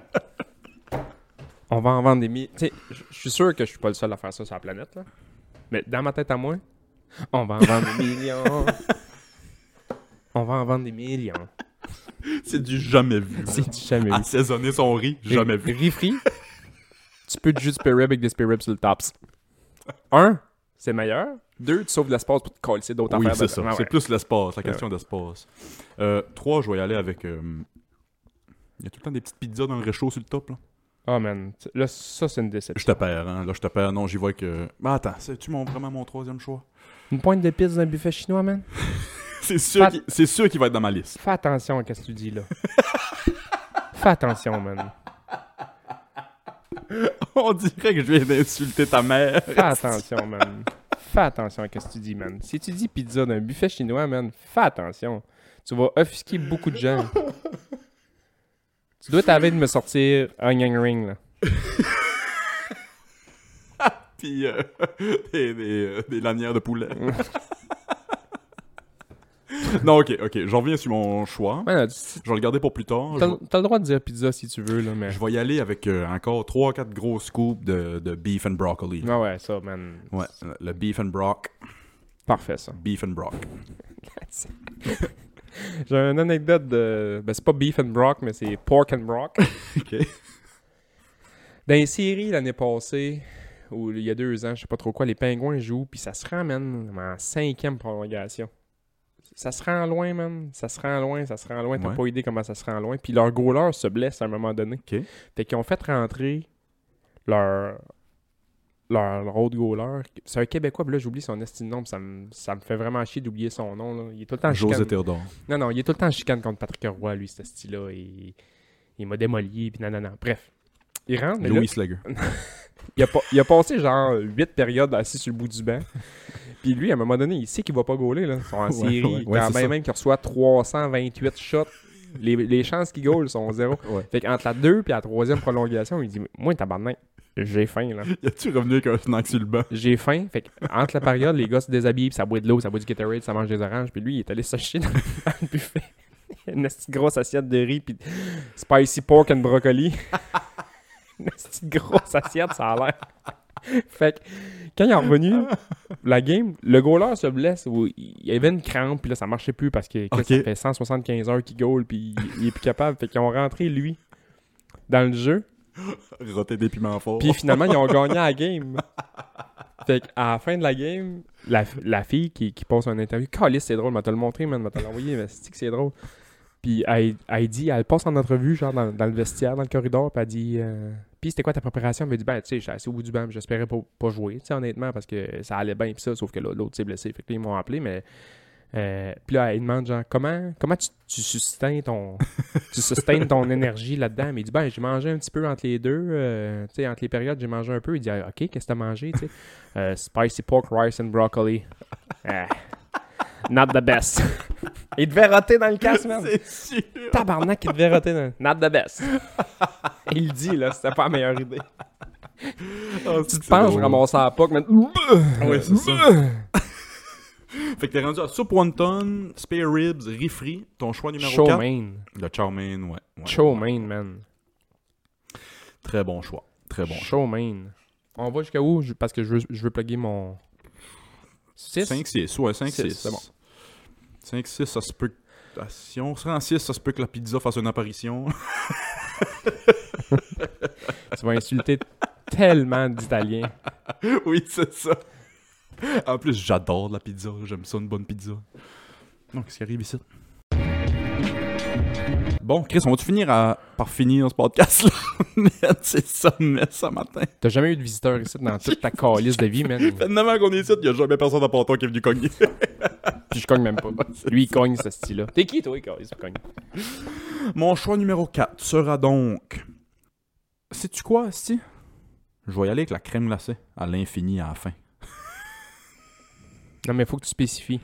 On va en vendre des millions. Tu sais, je je suis sûr que je suis pas le seul à faire ça sur la planète, là. Mais dans ma tête à moi, on va en vendre des millions. On va en vendre des millions. Ah, C'est du jamais vu. C'est du jamais vu. Assaisonner son riz, jamais vu. Riz frit, tu peux te juste spare rib avec des spare ribs sur le tops. Un, c'est meilleur. Deux, tu sauves de l'espace pour te coller d'autres Oui, affaires. c'est dedans. ça. Ah C'est ouais. plus l'espace, la question d'espace. Euh, trois, je vais y aller avec. euh, Il y a tout le temps des petites pizzas dans le réchaud sur le top, là. Oh man, là, ça, c'est une déception. Je te perds, hein. Là, je te perds. Non, j'y vois que. Bah, attends, c'est-tu mon, vraiment mon troisième choix? *laughs* Une pointe de pizza dans un buffet chinois, man. C'est sûr Pat- qu'il- c'est sûr qu'il va être dans ma liste. *laughs* Fais attention à ce que tu dis là. *laughs* Fais attention, man. On dirait que je viens d'insulter ta mère. *laughs* Fais attention, man. Fais attention à ce que tu dis, man. Si tu dis pizza d'un buffet chinois, man, fais attention. Tu vas offusquer beaucoup de gens. Tu dois t'arrêter de me sortir Onion Ring, là. Puis euh, *laughs* des, des, euh, des lanières de poulet. *laughs* non, ok, ok. J'en reviens sur mon choix. Man, tu- Je vais le garder pour plus tard. Je t'as vais- t'as le droit de dire pizza si tu veux, là, mais. Je vais y aller avec euh, encore 3-4 gros scoops de, de beef and broccoli. Ah ouais, ça, man. Ouais, le- le beef and broc. Parfait, ça. Beef and broc. J'ai une anecdote de. Ben, c'est pas beef and brock, mais c'est pork and brock. *laughs* OK. Dans les séries l'année passée, ou il y a deux ans, je sais pas trop quoi, les Pingouins jouent, puis ça se rend, man, en cinquième prolongation. Ça se rend loin, man. Ça se rend loin, ça se rend loin. T'as Ouais. pas idée comment ça se rend loin. Puis leur goaler se blesse à un moment donné. OK. Fait qu'ils ont fait rentrer leur, leur, leur autre goaler. C'est un Québécois, puis là, j'oublie son esti de nom, puis ça me, ça me fait vraiment chier d'oublier son nom. là. Il est tout le temps en José chicane. Théodore. Non, non, il est tout le temps en chicane contre Patrick Roy, lui, ce style-là. Il, il m'a démoli, puis nanana. Bref. Il rentre, mais là, Louis Slager. *laughs* il a, pas- il a passé genre 8 périodes assis sur le bout du banc. Puis lui, à un moment donné, il sait qu'il va pas gauler. Là. Ils sont en Ouais, série. ouais, ouais, quand c'est bien ça. même qu'il reçoit 328 shots, les, les chances qu'il goal sont zéro. Ouais. Fait qu'entre la 2 et la troisième prolongation, il dit Moi, tabarnak, j'ai faim. là. Y a-tu revenu avec un snack sur le banc? *laughs* J'ai faim. Fait que, entre la période, les gars se déshabillent, puis ça boit de l'eau, ça boit du Gatorade, ça mange des oranges. Puis lui, il est allé s'acheter dans, dans le buffet. *laughs* Une petite grosse assiette de riz, puis spicy pork and brocoli. *laughs* Une petite grosse assiette, ça a l'air. Fait que, quand il est revenu, la game, le goaler se blesse. ou Il y avait une crampe, puis là, ça marchait plus parce que Chris, Ok. ça fait 175 heures qu'il goal, puis il, il est plus capable. Fait qu'ils ont rentré, lui, dans le jeu. Roté des piments forts. Puis finalement, ils ont gagné la game. Fait qu'à la fin de la game, la, la fille qui, qui passe un interview, Calisse, c'est drôle, m'a te le montré, man, m'a te l'envoyé, mais c'est que c'est drôle. Puis elle, elle dit, elle passe en entrevue, genre dans, dans le vestiaire, dans le corridor, puis elle dit, euh, puis c'était quoi ta préparation? Elle me dit, ben, tu sais, j'étais assis au bout du banc, puis j'espérais pas, pas jouer, tu sais, honnêtement, parce que ça allait bien, puis ça, sauf que là, l'autre s'est blessé, fait que là, ils m'ont appelé, mais. euh, puis là, elle demande, genre, comment, comment tu, tu sustains ton, tu sustaines ton énergie là-dedans. Mais il dit, ben, j'ai mangé un petit peu entre les deux. euh, tu sais, entre les périodes, j'ai mangé un peu. Il dit, Ah, OK, qu'est-ce que t'as mangé? tu sais? Euh, spicy pork, rice and broccoli. Ah, not the best. il devait roter dans le casque, man. C'est sûr. Tabarnak, il devait roter dans Not the best. il le dit, là, c'était pas la meilleure idée. tu te Pense, je ramassais la poque, mais... Ouais, c'est ça. fait que t'es rendu à soupe one ton, spare ribs, riz frit, ton choix numéro 4. Showman. Le chow mein, ouais. ouais. Showman, man. Très bon choix. Très bon choix. Showman. On va jusqu'à où? Je- Parce que je veux, je veux plugger mon... 6? 5-6, ouais, 5-6. Six, c'est bon. 5-6, ça se peut que... ah, Si on se rend 6, ça se peut que la pizza fasse une apparition. Tu vas insulter tellement d'Italiens. oui, c'est ça. En plus, j'adore la pizza. J'aime ça, une bonne pizza. Non, qu'est-ce qui arrive ici? Bon, Chris, on va-tu finir à- par finir ce podcast-là? *laughs* Man, c'est ça, mais ce matin. T'as jamais eu de visiteur ici dans toute ta calice de vie, man. Fait 9 ans qu'on est ici, il n'y a jamais personne à part toi qui est venu cogner. *laughs* *laughs* Puis je cogne même pas. Lui, il cogne ce style-là. T'es qui, toi, calice, tu cogne? Mon choix numéro 4 sera donc. Sais-tu quoi, si Je vais y aller avec la crème glacée à l'infini à la fin. Non, mais faut que tu spécifies.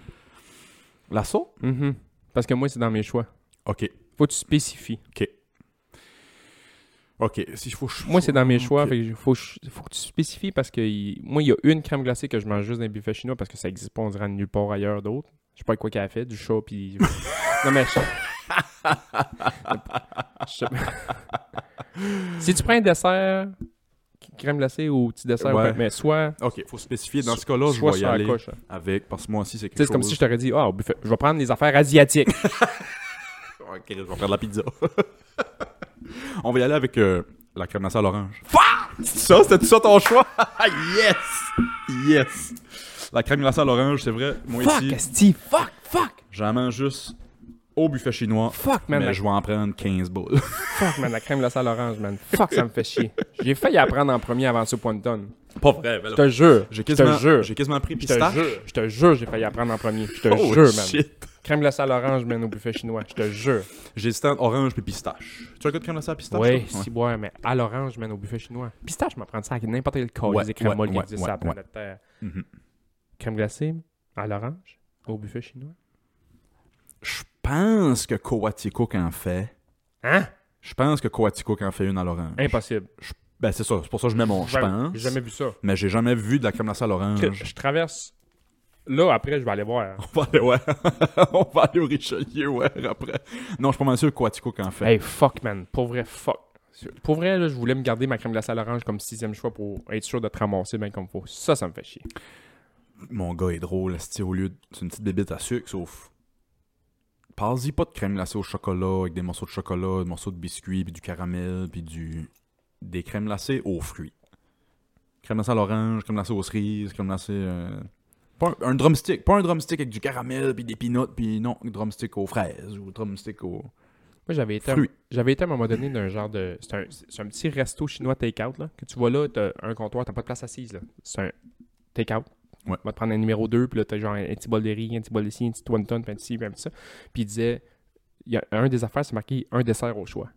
La sauce Mhm. Parce que moi, c'est dans mes choix. Ok, Faut que tu spécifies. ok. Ok, si je faut. que je- Moi, c'est dans mes choix. Ok. Fait que faut, que je- faut que tu spécifies parce que il- moi, il y a une crème glacée que je mange juste dans les buffets chinois parce que ça existe pas, on dirait, nulle part ailleurs d'autre. Je sais pas quoi qu'elle a fait, du chat, *laughs* puis... non, mais... Je... Je sais *laughs* pas. si tu prends un dessert, crème glacée ou petit dessert, Ouais. mais soit... Ok, faut spécifier. Dans ce cas-là, je soit vais y sur la aller coche, hein. avec. Parce que moi aussi, c'est Tu sais, quelque c'est comme chose. si je t'aurais dit, ah, au buffet, je vais prendre les affaires asiatiques. Ok, je vais faire de la pizza. *laughs* On va y aller avec euh, la crème glacée à l'orange. C'est ça, c'était ça ton choix *laughs* Yes Yes La crème glacée à l'orange, c'est vrai. Moi fuck, ici. Asti, fuck, fuck, J'en mange juste au buffet chinois. fuck, man, mais la, je vais en prendre 15 boules. *laughs* fuck, man, la crème glacée à l'orange, man. Fuck, ça me fait chier. J'ai failli la prendre en premier avant ce point de tonne. Pas vrai, Je ben là. te jure, je J'ai te quasiment, jure, j'ai quasiment pris je te pistache. jure, je te jure, j'ai failli la prendre en premier. Je te Oh, jure, man. shit. Crème glacée à l'orange, man, au buffet chinois. Je te jure. J'ai hésité entre orange puis pistache. Tu as un goût de crème glacée à pistache? Ouais, toi? si, ouais, mais à l'orange, man, au buffet chinois. Pistache, je m'en prends ça avec n'importe quel corps, Ouais, les crèmes ouais, molles qui ouais, existent ouais, sur la ouais. planète Terre. Mhm. Crème glacée à l'orange, au buffet chinois. Je pense que Coaticook en fait. Hein? Je pense que Coaticook en fait une à l'orange. Impossible. Ben c'est ça, c'est pour ça que je mets mon je Jamais- pense. Hein. J'ai jamais vu ça. Mais j'ai jamais vu de la crème glacée à que l'orange. je traverse. Là, après, je vais aller voir. On va aller, ouais. *laughs* On va aller au Richelieu, ouais, après. Non, je suis pas mal sûr que Coaticook en fait. Hey, fuck, man. Pour vrai, fuck. Pour vrai, là, je voulais me garder ma crème glacée à l'orange comme sixième choix pour être sûr de te ramasser bien comme faut. Ça, ça me fait chier. Mon gars est drôle, esti, au lieu de... C'est une petite bébite à sucre, sauf... Passe-y pas de crème glacée au chocolat, avec des morceaux de chocolat, des morceaux de biscuits, puis du caramel, puis du... Des crèmes glacées aux fruits. crème glacée à l'orange, crème glacée aux cerises, crème glacée... euh, Pas un, un drumstick. Pas un drumstick avec du caramel, puis des peanuts, puis non, un drumstick aux fraises ou drumstick aux... Moi, j'avais été, Fruits. j'avais été à un moment donné d'un genre de. C'est un, c'est un petit resto chinois take-out, là. Que tu vois là, t'as un comptoir, t'as pas de place assise, là. C'est un take-out. Ouais. Va te prendre un numéro 2, puis là, t'as genre un, un petit bol de riz, un petit bol de ci, un petit wonton, puis un petit ci, puis un petit ça. Puis il disait, il y a un des affaires, c'est marqué un dessert au choix.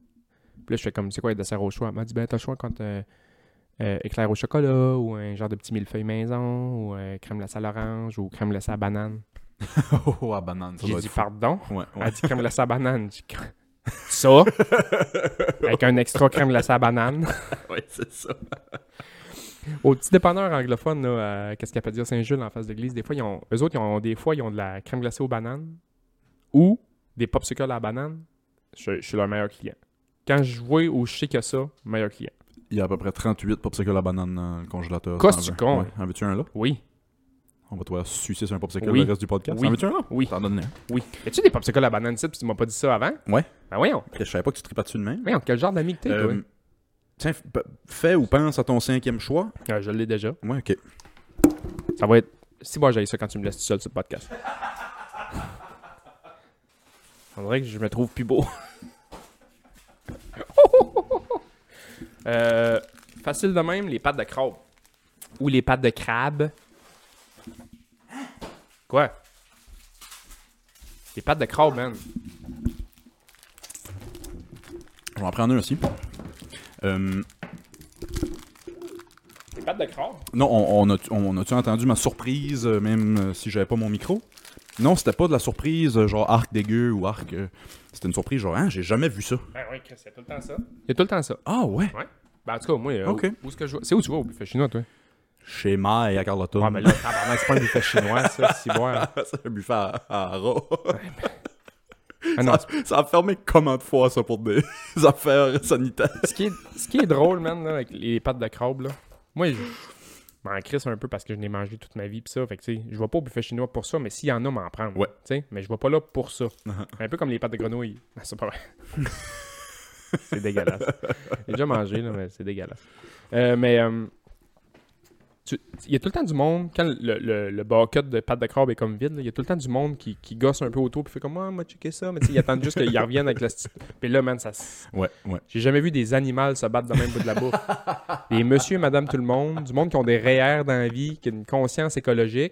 Puis là, je fais comme, c'est quoi un dessert au choix? Il m'a dit, ben, t'as le choix quand euh, euh, éclair au chocolat, ou un genre de petit millefeuille maison, ou euh, crème glacée à l'orange, ou crème glacée à banane. *laughs* oh, à banane, ça J'ai doit dit, être fou. pardon. Ouais, ouais. Elle dit crème glacée à banane. J'ai dit, ça, *laughs* avec un extra crème glacée à banane. *laughs* ouais, c'est ça. Au petit dépanneur anglophone, là, à Cascapadia Saint-Jules, en face de l'église, des fois, ils ont, eux autres, ils ont, des fois, ils ont de la crème glacée aux bananes ou des popsicles à la banane. Je, je suis leur meilleur client. Quand je vois ou je sais que ça, meilleur client. Il y a à peu près 38 popsicles à la banane dans le congélateur. Qu'est-ce si t'en que tu veux. con? Ouais. En veux-tu un là? Oui, On va te voir sucer sur un popsicle Oui. le reste du podcast. Oui. En veux-tu un là? Oui. T'en donnes un. oui. As-tu des popsicles à la banane ici, puis tu m'as pas dit ça avant? Ouais. Ben voyons. Je savais pas que tu tripais dessus de même. Voyons, quel genre d'ami que t'es, Euh, tiens, f- p- fais ou pense à ton cinquième choix. toi? Euh, je l'ai déjà. Ouais, ok. Ça va être... Si moi, j'ai ça quand tu me laisses tout seul sur le podcast. *laughs* On dirait que je me trouve plus beau. *laughs* Euh, facile de même, les pattes de crabe. Ou les pattes de crabe. Quoi? Les pattes de crabe, man. Je vais en prendre un aussi. Euh, Les pattes de crabe? non, on, on a, on a-tu entendu ma surprise, euh, même euh, si j'avais pas mon micro? Non, c'était pas de la surprise, euh, genre arc dégueu ou arc. euh, c'était une surprise, genre, hein, j'ai jamais vu ça. Ben oui, c'est tout le temps ça. Il y a tout le temps ça. Ah ouais? Ouais. Ben en tout cas, moi, euh, Ok. où, où est-ce que je vois? C'est où tu vas au buffet chinois, toi? Chez Mai à Carlotta. Ah, ben là, tabarnak, c'est pas un buffet chinois, ça, si moi. *laughs* c'est un buffet à, à rat. Ah non, ça a fermé comment de fois, ça, pour des *laughs* affaires sanitaires? ce qui est, ce qui est drôle, man, là, avec les pattes de crabe, là, moi, je m'en crisse un peu parce que je n'ai mangé toute ma vie, pis ça. Fait que, tu sais, je vais pas au buffet chinois pour ça, mais s'il y en a, m'en prendre. Ouais. Tu sais, mais je vais pas là pour ça. Un peu comme les pattes de grenouille. Ah, c'est pas vrai. c'est dégueulasse. J'ai déjà mangé, là, mais c'est dégueulasse. Euh, mais. euh, tu- Il y a tout le temps du monde, quand le, le, le bucket de pâtes de crabe est comme vide, là, il y a tout le temps du monde qui, qui gosse un peu autour puis fait comme Ah, moi, checker ça, mais tu sais, ils attendent juste qu'ils reviennent avec la. sti- Puis là, man, ça, s- Ouais, ouais. j'ai jamais vu des animaux se battre dans le même bout de la *laughs* bouffe. Des monsieur et madame tout le monde, du monde qui ont des REER dans la vie, qui ont une conscience écologique,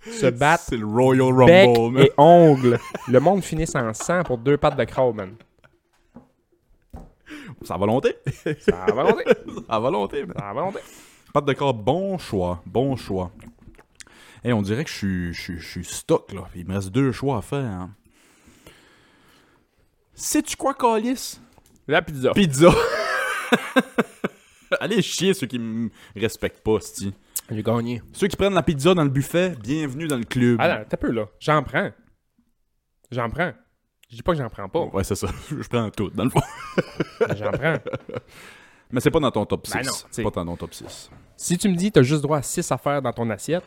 se battent C'est le Royal bec Rumble, man. et ongles. Le monde finit en sang pour deux pattes de crabe, man. Ça va longtemps. Ça *laughs* va volonté, À volonté, man. ça va volonté. Pat de corps, bon choix. Bon choix. Hey, on dirait que je suis, je, suis- je suis stock, là. Il me reste deux choix à faire. hein. Sais-tu quoi, Calis? La pizza. Pizza! *laughs* Allez chier ceux qui me respectent pas, c'ti. J'ai gagné. Ceux qui prennent la pizza dans le buffet, bienvenue dans le club. Attends, t'as peu, là. J'en prends. J'en prends. Je dis pas que j'en prends pas. Ouais, c'est ça. *laughs* Je prends tout, dans le fond. mais J'en prends. Mais c'est pas dans ton top 6. Ben non, t'sais. pas dans ton top 6. Si tu me dis t'as juste droit à 6 affaires dans ton assiette,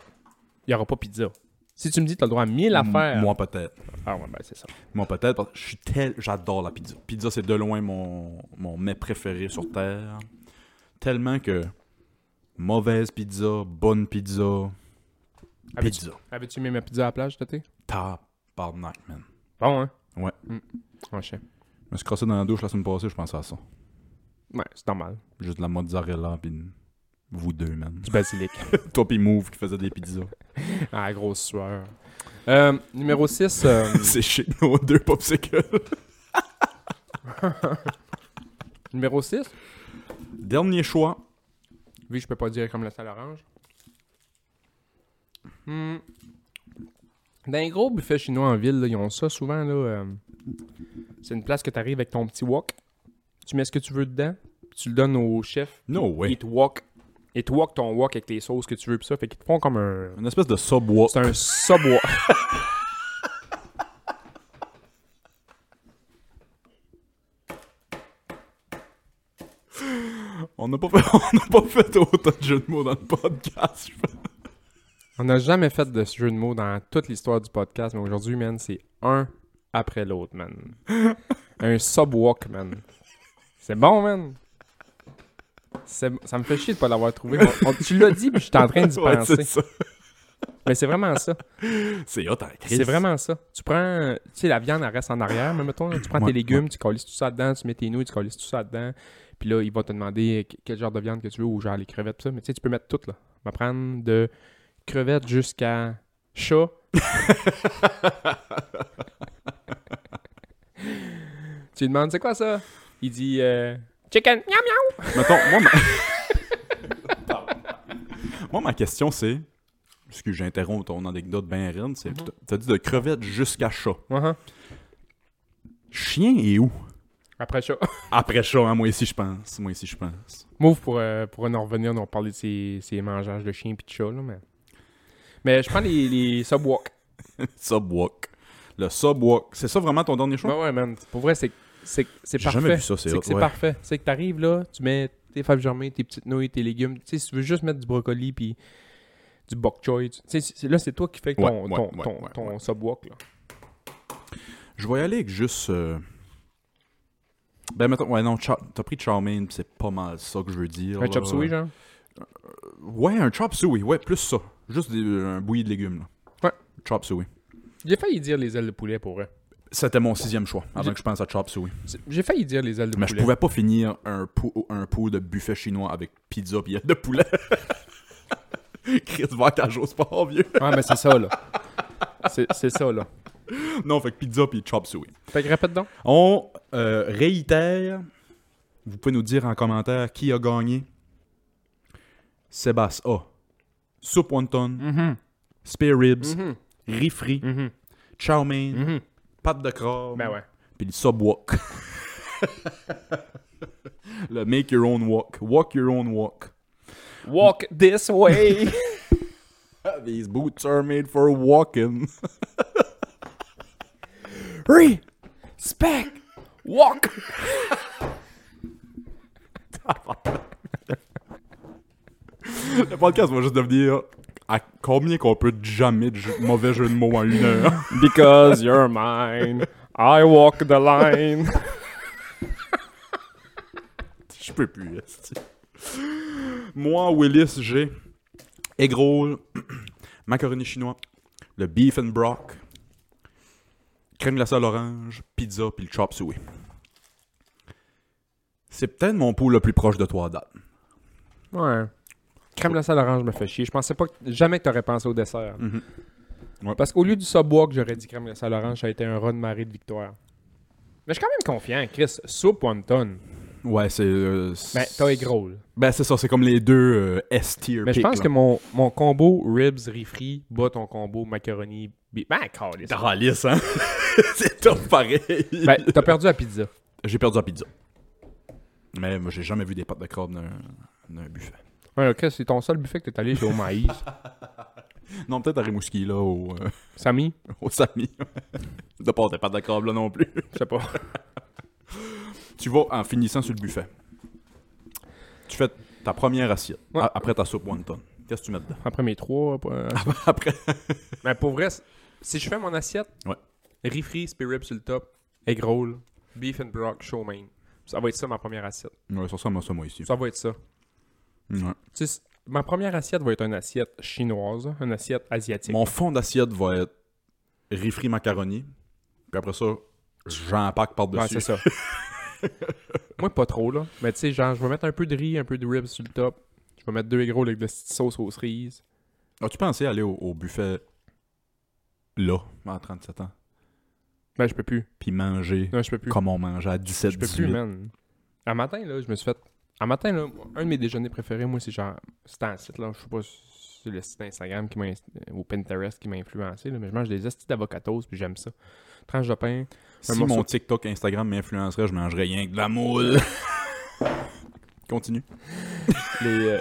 il y aura pas pizza. Si tu me dis t'as le droit à 1000 affaires. Mm, Moi, peut-être. Ah ouais, ben c'est ça. Moi, peut-être, parce que je suis tel. J'adore la pizza. Pizza, c'est de loin mon, mon mets préféré sur Terre. Tellement que. Mauvaise pizza, bonne pizza. Avais-tu- Pizza. Avais-tu mis ma pizza à la plage, t'étais? Tabarnak, man. Bon, hein? Ouais. Ouais, je sais. Je me suis crossé dans la douche la semaine passée, je pensais à ça. Ouais, c'est normal. Juste de la mozzarella, pis une- vous deux, man. Du basilic. Toi pis Move qui faisait des pizzas. *laughs* ah, grosse sueur. Euh, numéro 6. *laughs* Euh, c'est chez nos *laughs* deux popsicles. numéro 6. Dernier choix. Vu que je peux pas dire comme la salle orange. Hmm. Dans les gros buffets chinois en ville, là, ils ont ça souvent. là. euh, c'est une place que tu arrives avec ton petit wok. Tu mets ce que tu veux dedans. puis Tu le donnes au chef. No way. Il te wok. Il te wok ton wok avec les sauces que tu veux. Pis ça. Fait qu'ils te font comme un. Une espèce de subwoof. C'est un subwoof. On n'a pas, fait... *laughs* on n'a pas fait autant de jeux de mots dans le podcast, je pense. On n'a jamais fait de ce jeu de mots dans toute l'histoire du podcast, mais aujourd'hui, man, c'est un après l'autre, man. *laughs* Un sub-walk, man. C'est bon, man. C'est- Ça me fait chier de pas l'avoir trouvé. On- on- tu l'as dit, puis j'étais en train d'y *laughs* Ouais, penser. c'est ça. Mais c'est vraiment ça. C'est hot, hein, Chris. C'est vraiment ça. Tu prends, tu sais, la viande, elle reste en arrière, mais mettons, là, tu prends Ouais, tes légumes, tu collises tout ça dedans, tu mets tes nouilles, tu collises tout ça dedans. Puis là, il va te demander euh, quel genre de viande que tu veux ou genre les crevettes, tout ça. Mais tu sais, tu peux mettre tout, là. On va prendre de crevettes jusqu'à chat. *laughs* tu lui demandes, c'est quoi ça? Il dit, euh, chicken, miam, miam. Mettons, moi, ma... *laughs* moi, ma question, c'est. Excuse, j'interromps ton anecdote bien reine. Mhm. C'est... T'as dit de crevettes jusqu'à chat. Uh-huh. Chien est où Après chat. *laughs* Après chat, hein, moi ici, je pense. Moi ici, je pense. Move pour, euh, pour en revenir, on parlait de ces, ces mangeages de chiens pis de chats, là, mais... Mais je prends les, les subwalk. Subwalk. Le subwalk. C'est ça vraiment ton dernier choix Ouais, ouais, man. Pour vrai, c'est c'est c'est J'ai parfait. jamais vu ça, c'est C'est hot, que c'est ouais. parfait. C'est que t'arrives là, tu mets tes fèves germées, tes petites nouilles, tes légumes. Tu sais, si tu veux juste mettre du brocoli puis du bok choy, tu tu sais, c'est- là, c'est toi qui fais ton, Ouais, ouais, ton, ouais, ton, ouais, ton subwalk, là. Je vais y aller avec juste. euh, Ben, mettons, ouais, non, cha- t'as pris chow mein, pis c'est pas mal ça que je veux dire. Un là. chop suey, genre. Ouais, un chop suey, ouais, plus ça. Juste des- euh, un bouilli de légumes, là. Ouais. Chop suey. J'ai failli dire les ailes de poulet, pour vrai. C'était mon sixième choix, avant J'ai- que je pense à chop suey. C'est- J'ai failli dire les ailes de Mais je poulet. pouvais pas finir un pot, un pot de buffet chinois avec pizza pis de poulet. *laughs* Chris va à j'ose pas, vieux. Ah, mais c'est ça, là. C'est c'est ça, là. Non, fait que pizza pis chop suey. Fait que répète donc. On euh, réitère. Vous pouvez nous dire en commentaire qui a gagné. Sébastien A. Soup wonton. Mhm. Spare ribs. Riz frit. Chow mein. Pâte de crabe. Mhm. Ben ouais. Puis le sub walk. *laughs* le make your own walk. Walk your own walk. Walk this way. Ah, These boots are made for walking. *laughs* Respect. Walk. Le podcast va juste devenir à combien qu'on peut jamais de jeu- mauvais jeu de mots en une heure. Because you're mine. I walk the line. Je peux plus, esti. Moi, Willis, j'ai egg roll, *clears throat* macaroni chinois, le beef and brock, crème glacée à l'orange, pizza puis le chop suey. C'est peut-être mon pot le plus proche de toi à date. Ouais. Crème glacée à l'orange me fait chier. Je pensais pas que, jamais que t'aurais pensé au dessert. Mhm. Ouais. Parce qu'au lieu du subwalk, j'aurais dit crème glacée à l'orange, ça a été un run marée de victoire. Mais je suis quand même confiant, Chris. Soupe wonton. Ouais, c'est. euh, Ben, c'est- t'as est gros. là. Ben, c'est ça, c'est comme les deux euh, S-tier. Mais je picks, pense là. que mon, mon combo ribs, riz frit bat ton combo macaroni. bi- Ben, calisse. T'as ralisse, hein? *laughs* c'est top pareil. Ben, t'as perdu la pizza. J'ai perdu la pizza. Mais moi, j'ai jamais vu des pâtes de crabe d'un d'un buffet. Ouais, Chris, c'est ton seul buffet que t'es allé chez au *laughs* maïs. Non, peut-être à Rimouski, là, au, euh, *laughs* Samy, au Samy. de part, t'es pas d'accord, là, non plus. je sais pas. *laughs* *laughs* Tu vas en finissant sur le buffet. Tu fais ta première assiette, Ouais. a- après ta soupe one ton. Qu'est-ce que tu mets dedans? Après mes trois, euh, Ah, bah, Après, Mais pour vrai, c- si je fais mon assiette, Ouais. riz frit, spare ribs sur le top, egg roll, beef and brock, showman. Ça va être ça ma première assiette. ouais, ça ressemble à ça, moi, ici. Ça va être ça. Ouais. Tu sais, c- ma première assiette va être une assiette chinoise, une assiette asiatique. Mon fond d'assiette va être riz frit macaroni, puis après ça, j'en pack Ouais, par-dessus. c'est ça. Moi, pas trop, là. Mais tu sais, genre, je vais mettre un peu de riz, un peu de ribs sur le top. Je vais mettre deux egg rolls avec de la petite sauce aux cerises. As-tu pensé aller au, au buffet là, à 37 ans, Ben, je peux plus. puis manger Non, je peux plus. comme on mangeait à Je peux 17-18? plus, man. Un matin, là, je me suis fait. Un matin, là, un de mes déjeuners préférés, moi, c'est genre. C'était un site, là. Je sais pas si c'est le site Instagram qui m'a inst- ou Pinterest qui m'a influencé, là, mais je mange des estis d'avocados, puis j'aime ça. Tranche de pain. Si morceau mon de- TikTok Instagram m'influencerait, je mangerais rien que de la moule. *laughs* Continue. les euh,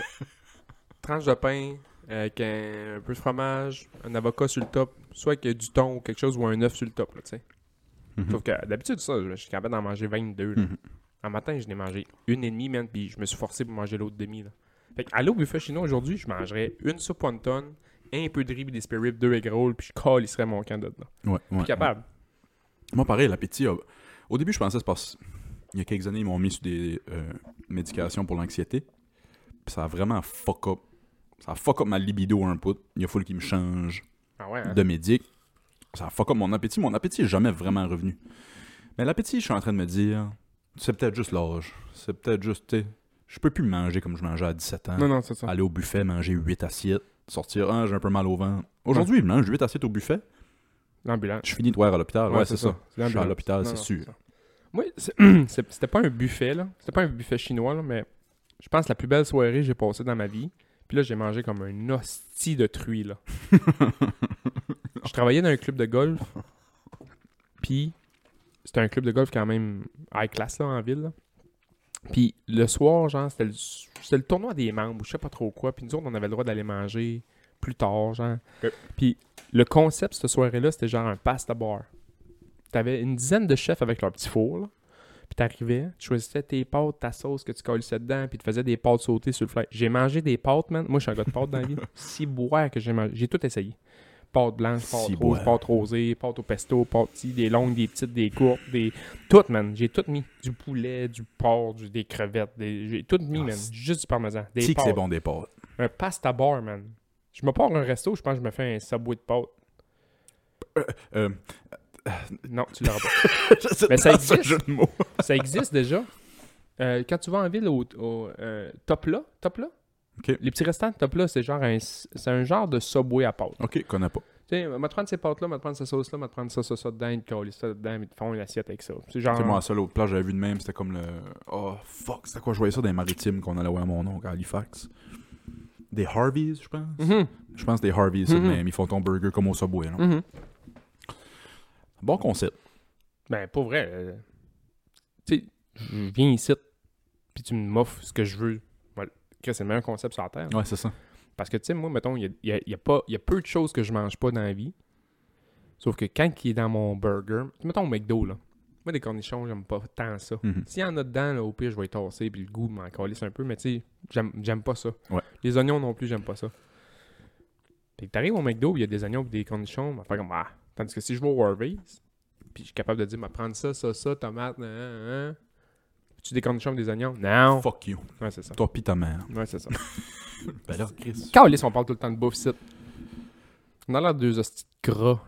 tranches de pain euh, avec un, un peu de fromage, un avocat sur le top, soit avec du thon ou quelque chose ou un œuf sur le top, là, tu sais. Mhm. Sauf que euh, d'habitude, ça, je suis capable d'en manger 22. Là. Mhm. En matin, je n'ai mangé une et demie, man, puis je me suis forcé pour manger l'autre demi. Là. Fait que, aller au buffet chinois aujourd'hui, je mangerais une soupe wonton, un peu de riz, puis des spare ribs, deux egg rolls, puis je calisserais mon camp dedans. Ouais, ouais, Plus capable. ouais. Moi, pareil, l'appétit. a- Au début, je pensais que c'est parce il y a quelques années, ils m'ont mis sur des euh, médications pour l'anxiété. Puis ça a vraiment fuck up. Ça a fuck up ma libido input. Il a fallu qu'il me change Ah ouais, hein? de médic. Ça fuck up mon appétit. Mon appétit est jamais vraiment revenu. Mais l'appétit, je suis en train de me dire, c'est peut-être juste l'âge. C'est peut-être juste, tu sais, je peux plus manger comme je mangeais à 17 ans. Non, non, c'est ça. Aller au buffet, manger 8 assiettes, sortir, ah, j'ai un peu mal au ventre. Aujourd'hui, je mange 8 assiettes au buffet, L'ambulance. je finis de voir à l'hôpital. Ouais, c'est ça. Je suis à l'ambulance. l'hôpital, Non, c'est non, sûr. ça. Moi, c'est- *clears throat* c'est- c'était pas un buffet, là. C'était pas un buffet chinois, là, mais je pense que la plus belle soirée que j'ai passée dans ma vie. Puis là, j'ai mangé comme un hostie de truie, *laughs* là. je travaillais dans un club de golf. Puis, c'était un club de golf quand même high class, là, en ville, là. Puis le soir, genre, c'était le, c'était le tournoi des membres, ou je sais pas trop quoi. Puis nous autres, on avait le droit d'aller manger plus tard, genre. Ok. Puis le concept, cette soirée-là, c'était genre un pasta bar. T'avais une dizaine de chefs avec leur petit four, là. Puis t'arrivais, tu choisissais tes pâtes, ta sauce que tu collissais dedans, puis tu faisais des pâtes sautées sur le fly. J'ai mangé des pâtes, man. Moi, je suis un gars de pâtes dans la *laughs* vie. Si boire que j'ai mangé. J'ai tout essayé. Pâtes blanches, pâtes Six rouges, bois. pâtes rosées, pâtes au pesto, pâtes ci, des longues, des petites, des courtes, des... Tout, man. J'ai tout mis. Du poulet, du porc, du- des crevettes. des- J'ai tout mis, Ah, man. c'est- Juste du parmesan. Des Si que pâtes. c'est bon des pâtes. Un pasta bar, man. Je me pars un resto, je pense que je me fais un subway de pâtes. Euh, Non, tu l'auras pas. *laughs* je sais Mais ça *laughs* pas, ce existe. jeu de mots. Ça existe déjà. Euh, quand tu vas en ville au, au, euh, Topla, Topla? Ok. Les petits restants de Topla, c'est genre un, c'est un genre de subway à pâtes. Ok, connais pas. Tu sais, m'a prendre ces pâtes-là, m'a prendre cette sauce-là, m'a prendre ça, ça, ça dedans, ils te collent ça dedans, ils te font une assiette avec ça. C'est genre. C'est moi, la seule autre plage j'avais vu de même, c'était comme le. Oh fuck, c'était quoi Je voyais ça dans les maritimes qu'on allait voir à mon oncle à Halifax. Des Harveys, je pense. Mhm, Je pense des Harveys, c'est le Mhm. même. Ils font ton burger comme au Subway. là. mhm. Bon concept. Ben, pour vrai. euh, tu sais, je viens ici, puis tu m'offres ce que je veux. Voilà. Que c'est le meilleur concept sur la Terre. Ouais, c'est ça. Parce que, tu sais, moi, mettons, il y a, il y a- il y a pas- il y a peu de choses que je mange pas dans la vie. Sauf que quand il est dans mon burger, mettons au McDo, là. Moi, des cornichons, j'aime pas tant ça. Mhm. S'il y en a dedans, là, au pire, je vais les tasser, puis le goût m'en calisse un peu, mais tu sais, j'aime- j'aime pas ça. Ouais. Les oignons non plus, j'aime pas ça. Fait que t'arrives au McDo, puis il y a des oignons, puis des cornichons, on va faire comme ah. Tandis que si je vais au Harvey's, puis je suis capable de dire, va prendre ça, ça, ça, tomate, nan, nan, nan. Tu des cornichons, puis des oignons? Non! Mhm. Fuck you. Ouais, c'est ça. Toi pis ta mère. Ouais, *laughs* c'est ça. Ben là, Chris. Calice, on parle tout le temps de bouffe, c'est. On a l'air deux hosties de gras.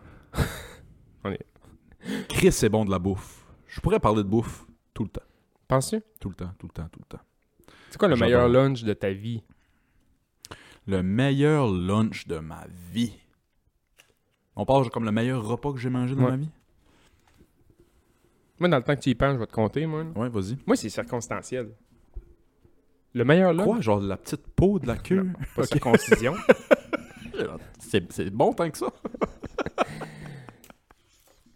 Chris, c'est bon de la bouffe. Je pourrais parler de bouffe tout le temps. Penses-tu? Tout le temps, tout le temps, tout le temps. C'est quoi le J'adore. meilleur lunch de ta vie? Le meilleur lunch de ma vie. On parle comme le meilleur repas que j'ai mangé dans Ouais. ma vie. Moi, dans le temps que tu y penses, je vais te compter, moi. là. Ouais, vas-y. Moi, c'est circonstanciel. Le meilleur lunch? Quoi, genre la petite peau *laughs* de la queue? Pas circoncision. C'est c'est bon tant que ça. *laughs*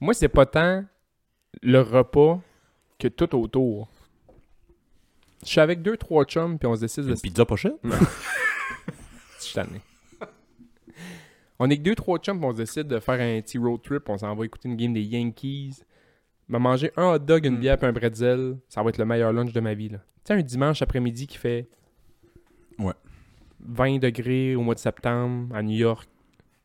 moi, c'est pas tant le repas que tout autour. Je suis avec deux, trois chums, puis on se décide de se pizza pochette? Je suis tanné. *laughs* On est que deux, trois chums, puis on se décide de faire un petit road trip. On s'en va écouter une game des Yankees. m'a manger un hot dog, Mm. une bière, puis un bretzel. Ça va être le meilleur lunch de ma vie. là. Tu sais, un dimanche après-midi qui fait Ouais. 20 degrés au mois de septembre à New York.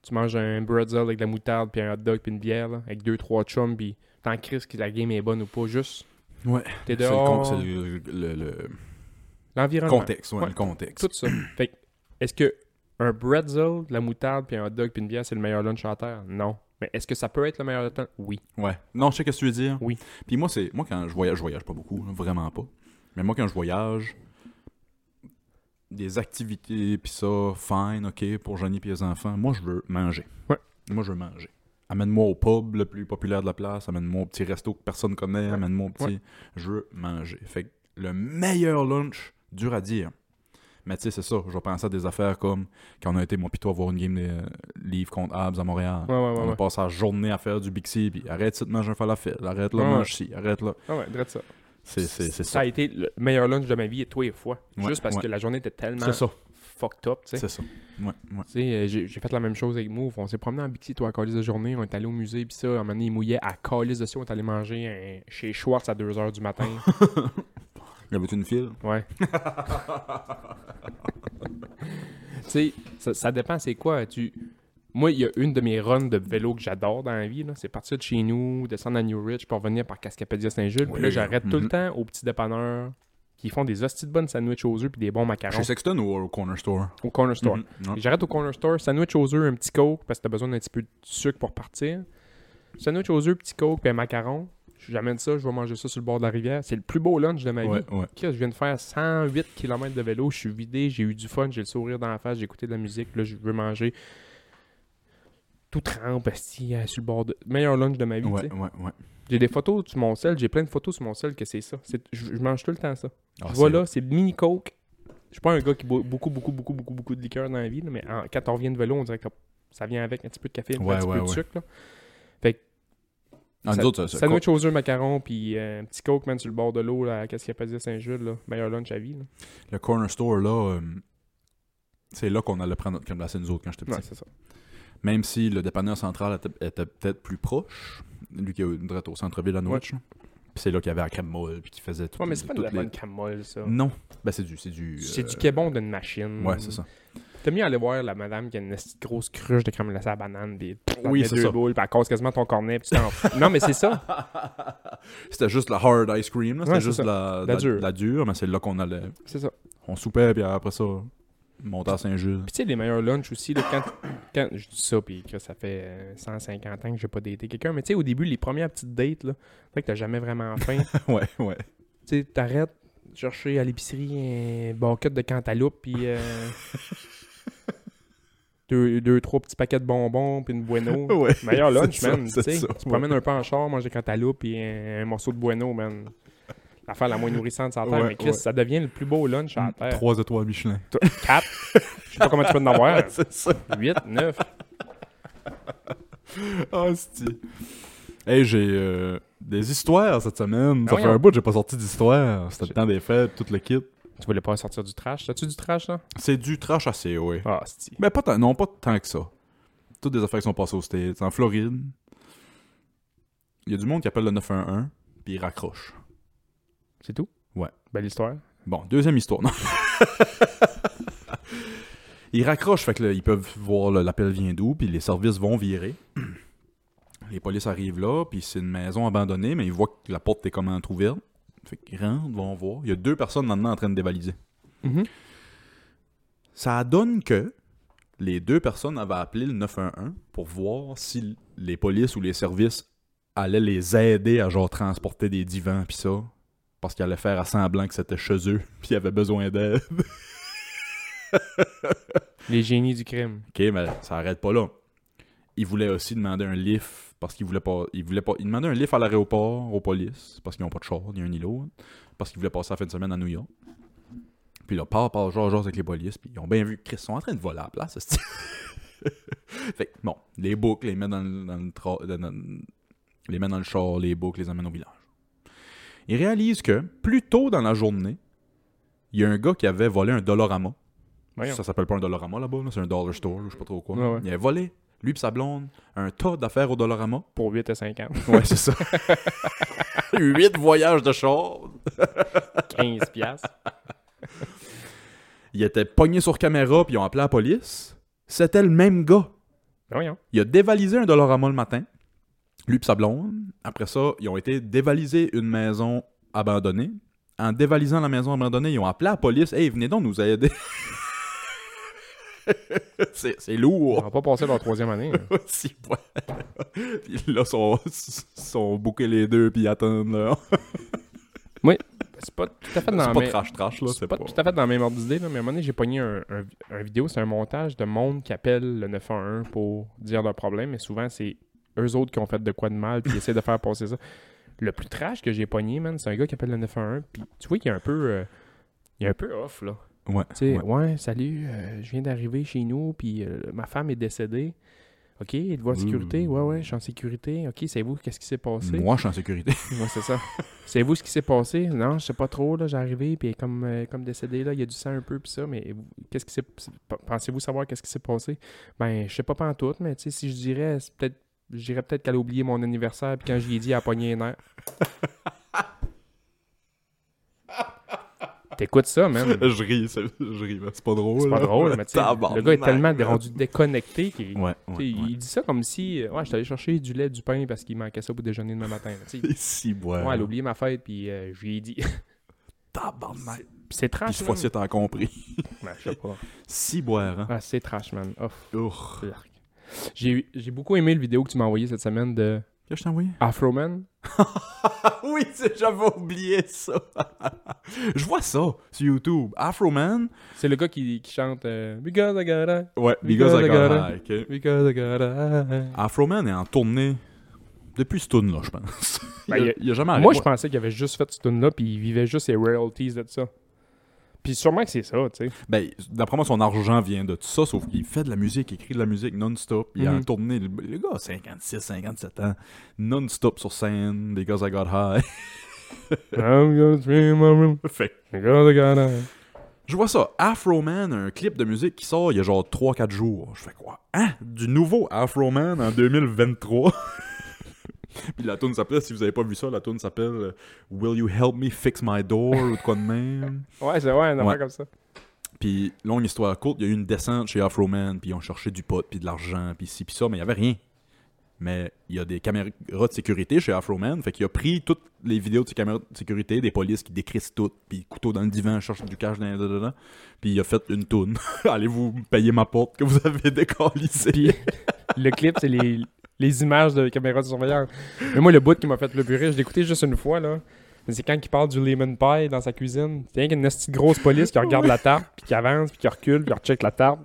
Tu manges un bretzel avec de la moutarde, puis un hot dog, puis une bière, là, avec deux, trois chums, puis t'en crises que la game est bonne ou pas, juste. Ouais. T'es C'est le, con- dehors. c'est le- le- le L'environnement. contexte, ouais, Ouais. le contexte. Tout *clears throat* ça. fait que, est-ce que un bretzel, de la moutarde, puis un hot dog, puis une bière, c'est le meilleur lunch à la terre? Non. Mais est-ce que ça peut être le meilleur temps? Oui. Ouais. Non, je sais qu'est-ce que tu veux dire. Oui. Puis moi, c'est moi quand je voyage, je voyage pas beaucoup, là, vraiment pas. Mais moi, quand je voyage, des activités, puis ça, fine, ok, pour Johnny puis les enfants, moi, je veux manger. Ouais. Moi, je veux manger. Amène-moi au pub le plus populaire de la place, amène-moi au petit resto que personne connaît, amène-moi au petit... Ouais. Je veux manger. Fait que le meilleur lunch, dur à dire. Mais tu sais, c'est ça, je vais penser à des affaires comme quand on a été, moi pis toi, voir une game des euh, livres contre Habs à Montréal. Ouais, ouais, ouais, on ouais. a passé la journée à faire du Bixi, puis arrête ça de manger un falafel, arrête là, Ouais, mange ci, arrête là. Ah ouais, drette ça. C'est c'est- c'est Ça ça. a été le meilleur lunch de ma vie, et toi et fois. Ouais, Juste parce ouais. que la journée était tellement C'est ça. fucked up, tu sais. C'est ça. Ouais, ouais. Tu sais, euh, j'ai j'ai fait la même chose avec Move. On s'est promené en Bixi, toi, à Calice de journée. On est allé au musée, puis ça, à un moment donné, il mouillait à Calice de ça. On est allé manger un- chez Schwartz à 2h du matin. Y avait une file? Ouais. tu sais, ça, ça dépend c'est quoi. Tu... Moi, il y a une de mes runs de vélo que j'adore dans la vie. là. C'est partir de chez nous, descendre à New Ridge pour revenir par Cascapedia Saint-Jules. Puis Oui. là, j'arrête tout le Mhm. temps au petit dépanneur qui font des hosties de bonnes sandwichs aux œufs puis des bons macarons Chez Sexton ou au Corner Store? au corner store. Mhm. Ouais. Et J'arrête au corner store, sandwich aux œufs, un petit coke parce que t'as besoin d'un petit peu de sucre pour partir. Sandwich aux œufs, petit coke, puis un macaron. Je- J'amène ça, je vais manger ça sur le bord de la rivière. C'est le plus beau lunch de ma vie. Ouais, ouais. Qu'est-ce que Je viens de faire 108 km de vélo, je suis vidé, j'ai eu du fun, j'ai le sourire dans la face, j'ai écouté de la musique, là je veux manger. Tout trempe, asti, euh, sur le bord de. Meilleur lunch de ma vie, tu sais. Ouais, ouais, Ah, ouais. J'ai des photos sur mon sel, j'ai plein de photos sur mon sel que c'est ça. C'est- Je je mange tout le temps ça. Ah, Je vois là, c'est mini coke. Je suis pas un gars qui boit beaucoup, beaucoup, beaucoup, beaucoup, beaucoup de liqueur dans la vie, là, mais en- quand on revient de vélo, on dirait que ça vient avec un petit peu de café, Ouais, un petit ouais, peu de ouais. sucre. là. Ah, nous ça- autres, ça- ça- Sandwich aux œufs, macarons, puis euh, un petit coke, man, sur le bord de l'eau, là, qu'est-ce qu'il y a pas dit à Saint-Jules, là, meilleur lunch à vie. Là. le Corner Store, là, euh, c'est là qu'on allait prendre notre crème glacée, nous autres, quand j'étais petit. Ouais, c'est ça. Même si le dépanneur central était, était peut-être plus proche, lui qui est direct au centre-ville à Norwich. là. Puis c'est là qu'il y avait la crème molle, puis qu'il faisait tout. Ouais, mais c'est pas de la toutes les- bonne camole, ça. Non, ben c'est du. C'est du, C'est du euh, québon d'une machine. Ouais, c'est ça. T'as mieux aller voir la madame qui a une petite grosse cruche de crème glacée à la banane, puis elle Oui, met c'est deux ça. boules, puis elle casse quasiment ton cornet, puis tu t'en fous. Non, mais c'est ça. *laughs* C'était juste la hard ice cream, là, c'était Ouais, c'est juste ça. la, La dure. mais c'est là qu'on allait. C'est ça. On soupait, puis après ça, montait à Saint-Jules. Puis tu sais, les meilleurs lunchs aussi, là, quand, quand je dis ça, puis que ça fait euh, 150 ans que j'ai pas daté quelqu'un, mais tu sais, au début, les premières petites dates, là, c'est vrai que t'as jamais vraiment *laughs* faim. tu *laughs* ouais, ouais. sais, t'arrêtes de chercher à l'épicerie un barquette de cantaloupe, puis euh, *laughs* deux, deux, trois petits paquets de bonbons, puis une bueno. Ouais, Meilleur lunch, c'est ça, man. Tu c'est sais, ça, tu te ouais. promènes un peu en char, manges des cantaloupes, puis un, un morceau de bueno, man. L'affaire la moins nourrissante sur la terre, Ouais, mais Chris, ouais. Mm, ça devient le plus beau lunch à la terre. Trois étoiles *laughs* Michelin. Toi, Quatre. Je sais pas comment tu peux en *laughs* avoir. C'est ça. 8, 9. Ah, c'ti. Hey, j'ai euh, des histoires cette semaine. Ah ça oui, fait on- un bout que j'ai pas sorti d'histoire. C'était le temps des fêtes, tout le kit. Tu voulais pas sortir du trash. T'as-tu du trash, là? C'est du trash assez, ouais. Ah, c'est Mais pas tant, non, pas tant que ça. Toutes des affaires qui sont passées aux States. En Floride, il y a du monde qui appelle le 911, puis il raccroche. C'est tout? Ouais. Belle histoire. Bon, deuxième histoire. Non. ils raccrochent, fait que là, ils peuvent voir là, l'appel vient d'où, puis les services vont virer. *clears throat* Les polices arrivent là, puis c'est une maison abandonnée, mais ils voient que la porte est comme entrouverte. Fait qu'ils rentrent, vont voir. Il y a deux personnes maintenant en train de dévaliser. Mm-hmm. Ça donne que les deux personnes avaient appelé le 911 pour voir si les polices ou les services allaient les aider à genre transporter des divans puis ça parce qu'ils allaient faire à semblant que c'était chez eux *laughs* puis ils avaient besoin d'aide. Les génies du crime. OK, mais ça arrête pas là. Ils voulaient aussi demander un lift parce qu'ils voulaient pas ils voulaient pas ils demandaient un lift à l'aéroport aux polices parce qu'ils n'ont pas de char, ni un ni l'autre parce qu'ils voulaient passer la fin de semaine à New York. Puis là, part, part, genre, genre avec les polices. Puis ils ont bien vu que Chris ils sont en train de voler à la place. esti. *laughs* fait que, bon, les boucles, les mettent dans, le- dans le tra- dans- dans- les mettent dans le char, les boucles, les amènent au village. Ils réalisent que, plus tôt dans la journée, il y a un gars qui avait volé un Dollarama. Voyons. Ça s'appelle pas un Dollarama là-bas, là, c'est un Dollar Store, je sais pas trop quoi. Ouais, ouais. Il avait volé, lui et sa blonde, un tas d'affaires au Dollarama. Pour 8 à 50. *laughs* Ouais, c'est ça. Huit voyages de char. 15 piastres. Il était pogné sur caméra, puis ils ont appelé la police. C'était le même gars. Ben Voyons. Il a dévalisé un Dollarama le matin, lui et sa blonde. Après ça, ils ont été dévaliser une maison abandonnée. En dévalisant la maison abandonnée, ils ont appelé la police. Hey, venez donc nous aider. *laughs* c'est c'est On lourd. va pas passer leur troisième année. hein. Six points. puis là, sont, sont bouqués les deux, puis ils attendent. là. C'est pas tout à fait C'est dans la pas même- trash-trash, là. c'est pas tout à fait dans la même ordre d'idée, là, mais à un moment donné, j'ai pogné un, un- un vidéo, c'est un montage de monde qui appelle le 911 pour dire leur problème, mais souvent, c'est eux autres qui ont fait de quoi de mal, puis ils essaient de *laughs* faire passer ça. Le plus trash que j'ai pogné, man, c'est un gars qui appelle le 911, puis tu vois qu'il est un peu... euh, il est un peu off, là. Ouais. Tu sais, ouais. salut, euh, je viens d'arriver chez nous, puis euh, ma femme est décédée. OK, il voit en sécurité. Ouais, ouais, je suis en sécurité. OK, savez-vous qu'est-ce qui s'est passé? Moi, je suis en sécurité. Ouais, c'est ça. Savez-vous ce qui s'est passé? Non, je sais pas trop, là, j'ai arrivé, puis elle est comme, euh, comme décédée, là, il y a du sang un peu, puis ça, mais vous- qu'est-ce qui s'est... p- Pensez-vous savoir qu'est-ce qui s'est passé? Ben, je sais pas pas en tout, mais tu sais, si je dirais, c'est peut-être... Je dirais peut-être qu'elle a oublié mon anniversaire, puis quand j'y ai dit, elle a pogné les nerfs. T'écoutes ça, *laughs* même. je ris, c'est- je ris, mais c'est pas drôle. C'est pas là. drôle, mais tu sais, le gars est tellement Tabarnak, rendu déconnecté qu'il. Ouais, tu ouais, sais, il- ouais. Il dit ça comme si, euh, ouais, je suis allé chercher du lait, du pain parce qu'il manquait ça pour déjeuner demain matin. là, tu sais. Il... *laughs* Si, ouais. euh, ouais, elle a oublié ma fête, *laughs* puis euh, je lui ai dit. Tabarnak. Pis c'est Puis trash. cette man. fois-ci, t'as compris. Ouais, je sais pas. Si boire, hein. *laughs* Ah, c'est trash, man. Ouf. Ouf. Urk. J'ai j'ai beaucoup aimé le vidéo que tu m'as envoyé cette semaine de Là, je *laughs* t'ai envoyé. Afroman. Ah oui, c'est- j'avais oublié ça. *laughs* je vois ça sur YouTube. Afroman. C'est le gars qui, qui chante euh, Because I got high, Ouais, Because I got high, ok. Because I got high. Afroman est en tournée depuis ce tune là je pense. *laughs* Ben, il, il a, a- il a jamais arrêté. Moi, je pensais qu'il avait juste fait ce tune là puis il vivait juste ses royalties de ça. Puis sûrement que c'est ça, tu sais. *laughs* Ben, d'après moi, son argent vient de tout ça, sauf qu'il fait de la musique, il écrit de la musique non-stop. Il a Mhm. en tournée. Le, le gars a 56, 57 ans. Non-stop sur scène, des gars I got high. *laughs* I'm gonna dream my room, fait que because I got high. Je vois ça, Afro Man, un clip de musique qui sort il y a genre 3-4 jours. Je fais quoi? Hein? Du nouveau Afro Man en 2023? *laughs* Puis la tune s'appelle, si vous avez pas vu ça, la tune s'appelle euh, Will You Help Me Fix My Door ou de quoi de même. Ouais, c'est ouais, un Ouais. affaire comme ça. Puis longue histoire courte, il y a eu une descente chez Afro Man, puis ils ont cherché du pot, puis de l'argent, puis ci, puis ça, mais il y avait rien. Mais il y a des caméras de sécurité chez Afro Man, fait qu'il a pris toutes les vidéos de ces caméras de sécurité, des polices qui décrissent tout, puis couteau dans le divan, cherche du cash, dans dedans, puis il a fait une toune. *laughs* Allez-vous payer ma porte que vous avez *laughs* décalissée. Puis le clip, c'est les, les images de caméras de surveillance. Mais moi, le bout qui m'a fait le plus rire, je l'ai écouté juste une fois, là. Mais c'est quand il parle du lemon pie dans sa cuisine. C'est rien qu'une petite grosse police qui regarde la tarte, puis qui avance, puis qui recule, puis qui recheck la tarte.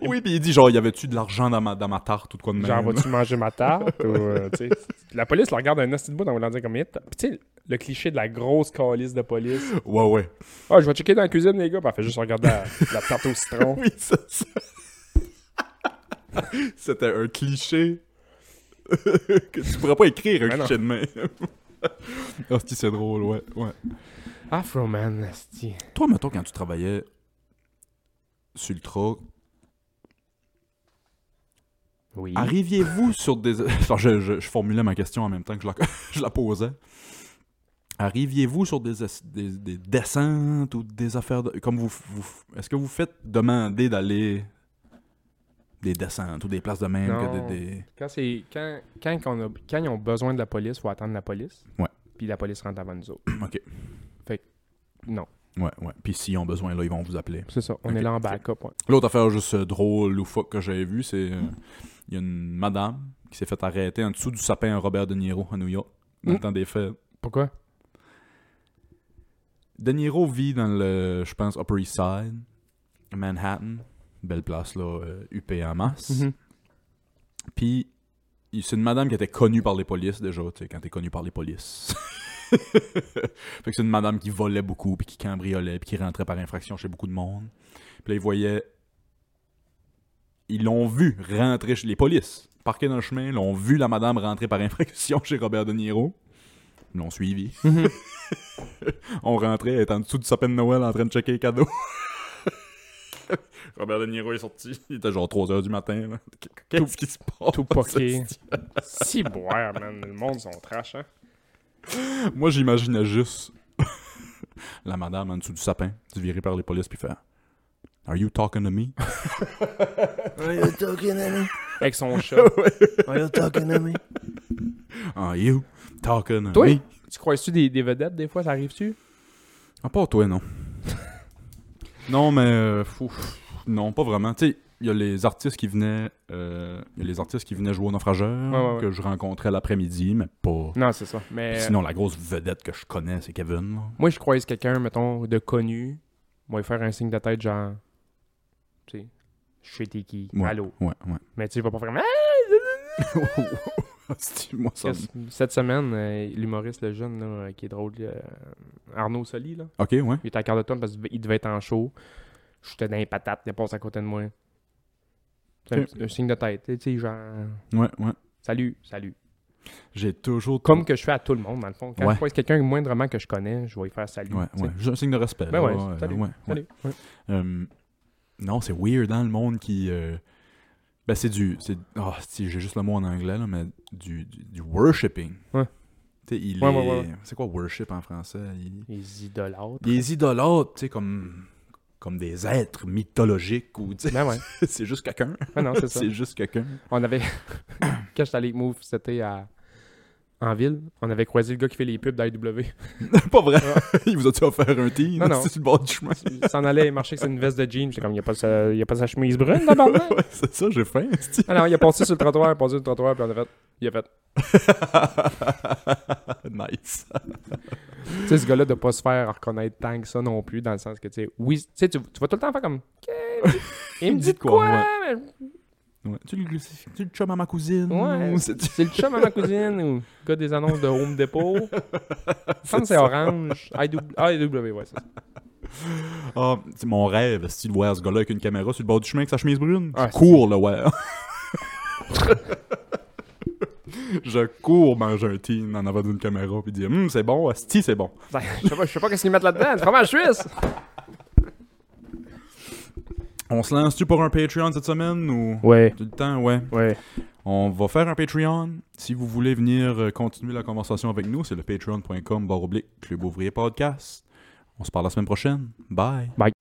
Oui, puis il dit genre, y avait-tu de l'argent dans ma, dans ma tarte ou de quoi de même? Genre, vas-tu manger ma tarte? Ou, euh, tu sais. la police le regarde un nasty de bout en voulant dire comme... Puis tu sais, le cliché de la grosse calice de police. Ouais, ouais. Ah, je vais checker dans la cuisine, les gars. Puis elle fait juste regarder la, la tarte au citron. *laughs* Oui, c'est ça. C'était un cliché *laughs* que tu pourrais pas écrire un Mais non. cliché de même. Ben *laughs* Ah, si, c'est drôle, ouais, ouais. Afro Man, nasty. Toi, mettons, quand tu travaillais sur le truck, Hmm? Oui. arriviez-vous sur des... *laughs* Attends, je, je- je formulais ma question en même temps que je la, *laughs* je la posais. Arriviez-vous sur des, es- des, des descentes ou des affaires... De... Comme vous, vous... Est-ce que vous faites demander d'aller des descentes ou des places de même Non. que des... des- Quand, c'est, quand, quand, qu'on a- quand ils ont besoin de la police, faut attendre la police. Ouais. Puis la police rentre avant nous autres. *clears throat* OK. Fait que, non, Ouais, ouais. Puis s'ils ont besoin, là, ils vont vous appeler. c'est ça. On Ok. est là en backup. ouais. L'autre affaire juste euh, drôle ou fuck que j'avais vu, c'est. euh, Il y a une madame qui s'est fait arrêter en dessous du sapin à Robert De Niro à New York, dans le Mm. temps des fêtes. Pourquoi? De Niro vit dans le, je pense, Upper East Side, Manhattan. Belle place, là, euh, huppée en masse. Mhm. Puis, il- c'est une madame qui était connue par les polices déjà, tu sais, quand t'es connu par les polices. *laughs* fait que c'est une madame qui volait beaucoup, puis qui cambriolait, puis qui rentrait par infraction chez beaucoup de monde. Puis là, ils voyaient. Ils l'ont vu rentrer chez les polices, parqués dans le chemin, ils l'ont vu la madame rentrer par infraction *laughs* chez Robert De Niro. Ils l'ont suivi. Mhm. *laughs* On rentrait, elle était en dessous du sapin de Noël en train de checker les cadeaux. *laughs* Robert De Niro est sorti. Il était genre 3h du matin. là. Qu'est-ce qui se passe? Tout poqué. si boire, man. Le monde, sont trash, hein? Moi, j'imaginais juste *laughs* la madame en dessous du sapin, virée par les polices, puis faire Are you talking *laughs* to me? Are you talking to me? Avec *laughs* son chat. Are you talking to me? Are you talking to Toi, me? tu crois-tu des, des vedettes des fois? Ça arrive-tu? À part Ah, toi, non. *laughs* non, mais. euh, fou, non, pas vraiment. Tu sais, il y a les artistes qui venaient. euh, Il y a les artistes qui venaient jouer au naufrageur, Ouais, ouais, ouais. que je rencontrais l'après-midi, mais pas. Non, c'est ça. Mais euh, Sinon, la grosse vedette que je connais, c'est Kevin. là. moi, je croise quelqu'un, mettons, de connu. Moi, il faire un signe de tête, genre. Tu sais, je sais t'es qui. Ouais, Allô. Ouais, ouais. *laughs* *laughs* Mais tu sais, il va pas faire. Hostie, moi, ça me- Qu'est-ce- Cette semaine, euh, l'humoriste, le jeune, là, euh, qui est drôle, euh, Arnaud Soli, là, Ok, ouais. il était à quart de tonne parce qu'il devait être en chaud. J'étais dans les patates, il passe à côté de moi. C'est un, Ok. petit- un signe de tête, tu sais, genre, Ouais, ouais. salut, salut. J'ai toujours. Comme que je fais à tout le monde, dans le fond. Quand Ouais. je croise quelqu'un moindrement que je connais, je vais lui faire salut. Ouais, tu sais. ouais. Juste un signe de respect. Ben là, ouais, salut, ouais, ouais. Salut. Ouais. Euh, non, c'est weird, dans le monde qui. euh, ben, c'est du. c'est- Ah, si, j'ai juste le mot en anglais, là, mais du, du, du worshipping. Ouais. Tu sais, il Ouais, est. ouais, ouais, ouais. C'est quoi worship en français Il- Les idolâtres. Des idolâtres, tu sais, comme. Comme des êtres mythologiques ou. tu sais, *laughs* Ben ouais. c'est juste quelqu'un. *laughs* Ah non, c'est ça. *coughs* C'est juste quelqu'un. On avait. Quand j'étais allé avec Move, c'était à... en ville, on avait croisé le gars qui fait les pubs d'IW. pas vrai. *laughs* il vous a-tu offert un team? *laughs* Non, non. C'est sur le bord du chemin. Il s'en allait marcher avec une veste de jean. J'étais comme, il n'y a, pas sa- il a pas sa chemise *laughs* brune, d'abord. Ouais, c'est ça, j'ai faim. *laughs* esti. Alors, il a passé sur le trottoir, il a passé sur le trottoir, puis on a fait. Il a fait. *laughs* nice. Tu sais, ce gars-là, de pas se faire reconnaître tant que ça non plus, dans le sens que, tu sais, oui, tu sais, tu, tu vas tout le temps faire comme. *laughs* Ok, il me dit de quoi, mais- Ouais. Tu, le, tu le chum à ma cousine. Ouais. ou c'est- C'est le chum à ma cousine ou le gars des annonces de Home Depot. *laughs* Je pense que c'est Orange. IW, IW, ouais, c'est ça. Ah, c'est mon rêve, c'est de voir ce gars-là avec une caméra sur le bord du chemin avec sa chemise brune. Ah, je cours le voir. *laughs* je cours manger un team en avant d'une caméra puis dire Hum, c'est bon, Asti, c'est bon. Ben, Je sais pas, je sais pas qu'est-ce qu'ils mettent là-dedans. Du fromage suisse. On se lance-tu pour un Patreon cette semaine ou. Ouais, Tout le temps, ouais. ouais. On va faire un Patreon. Si vous voulez venir euh, continuer la conversation avec nous, c'est le patreon.com barre oblique Club Ouvrier Podcast. On se parle la semaine prochaine. Bye. Bye.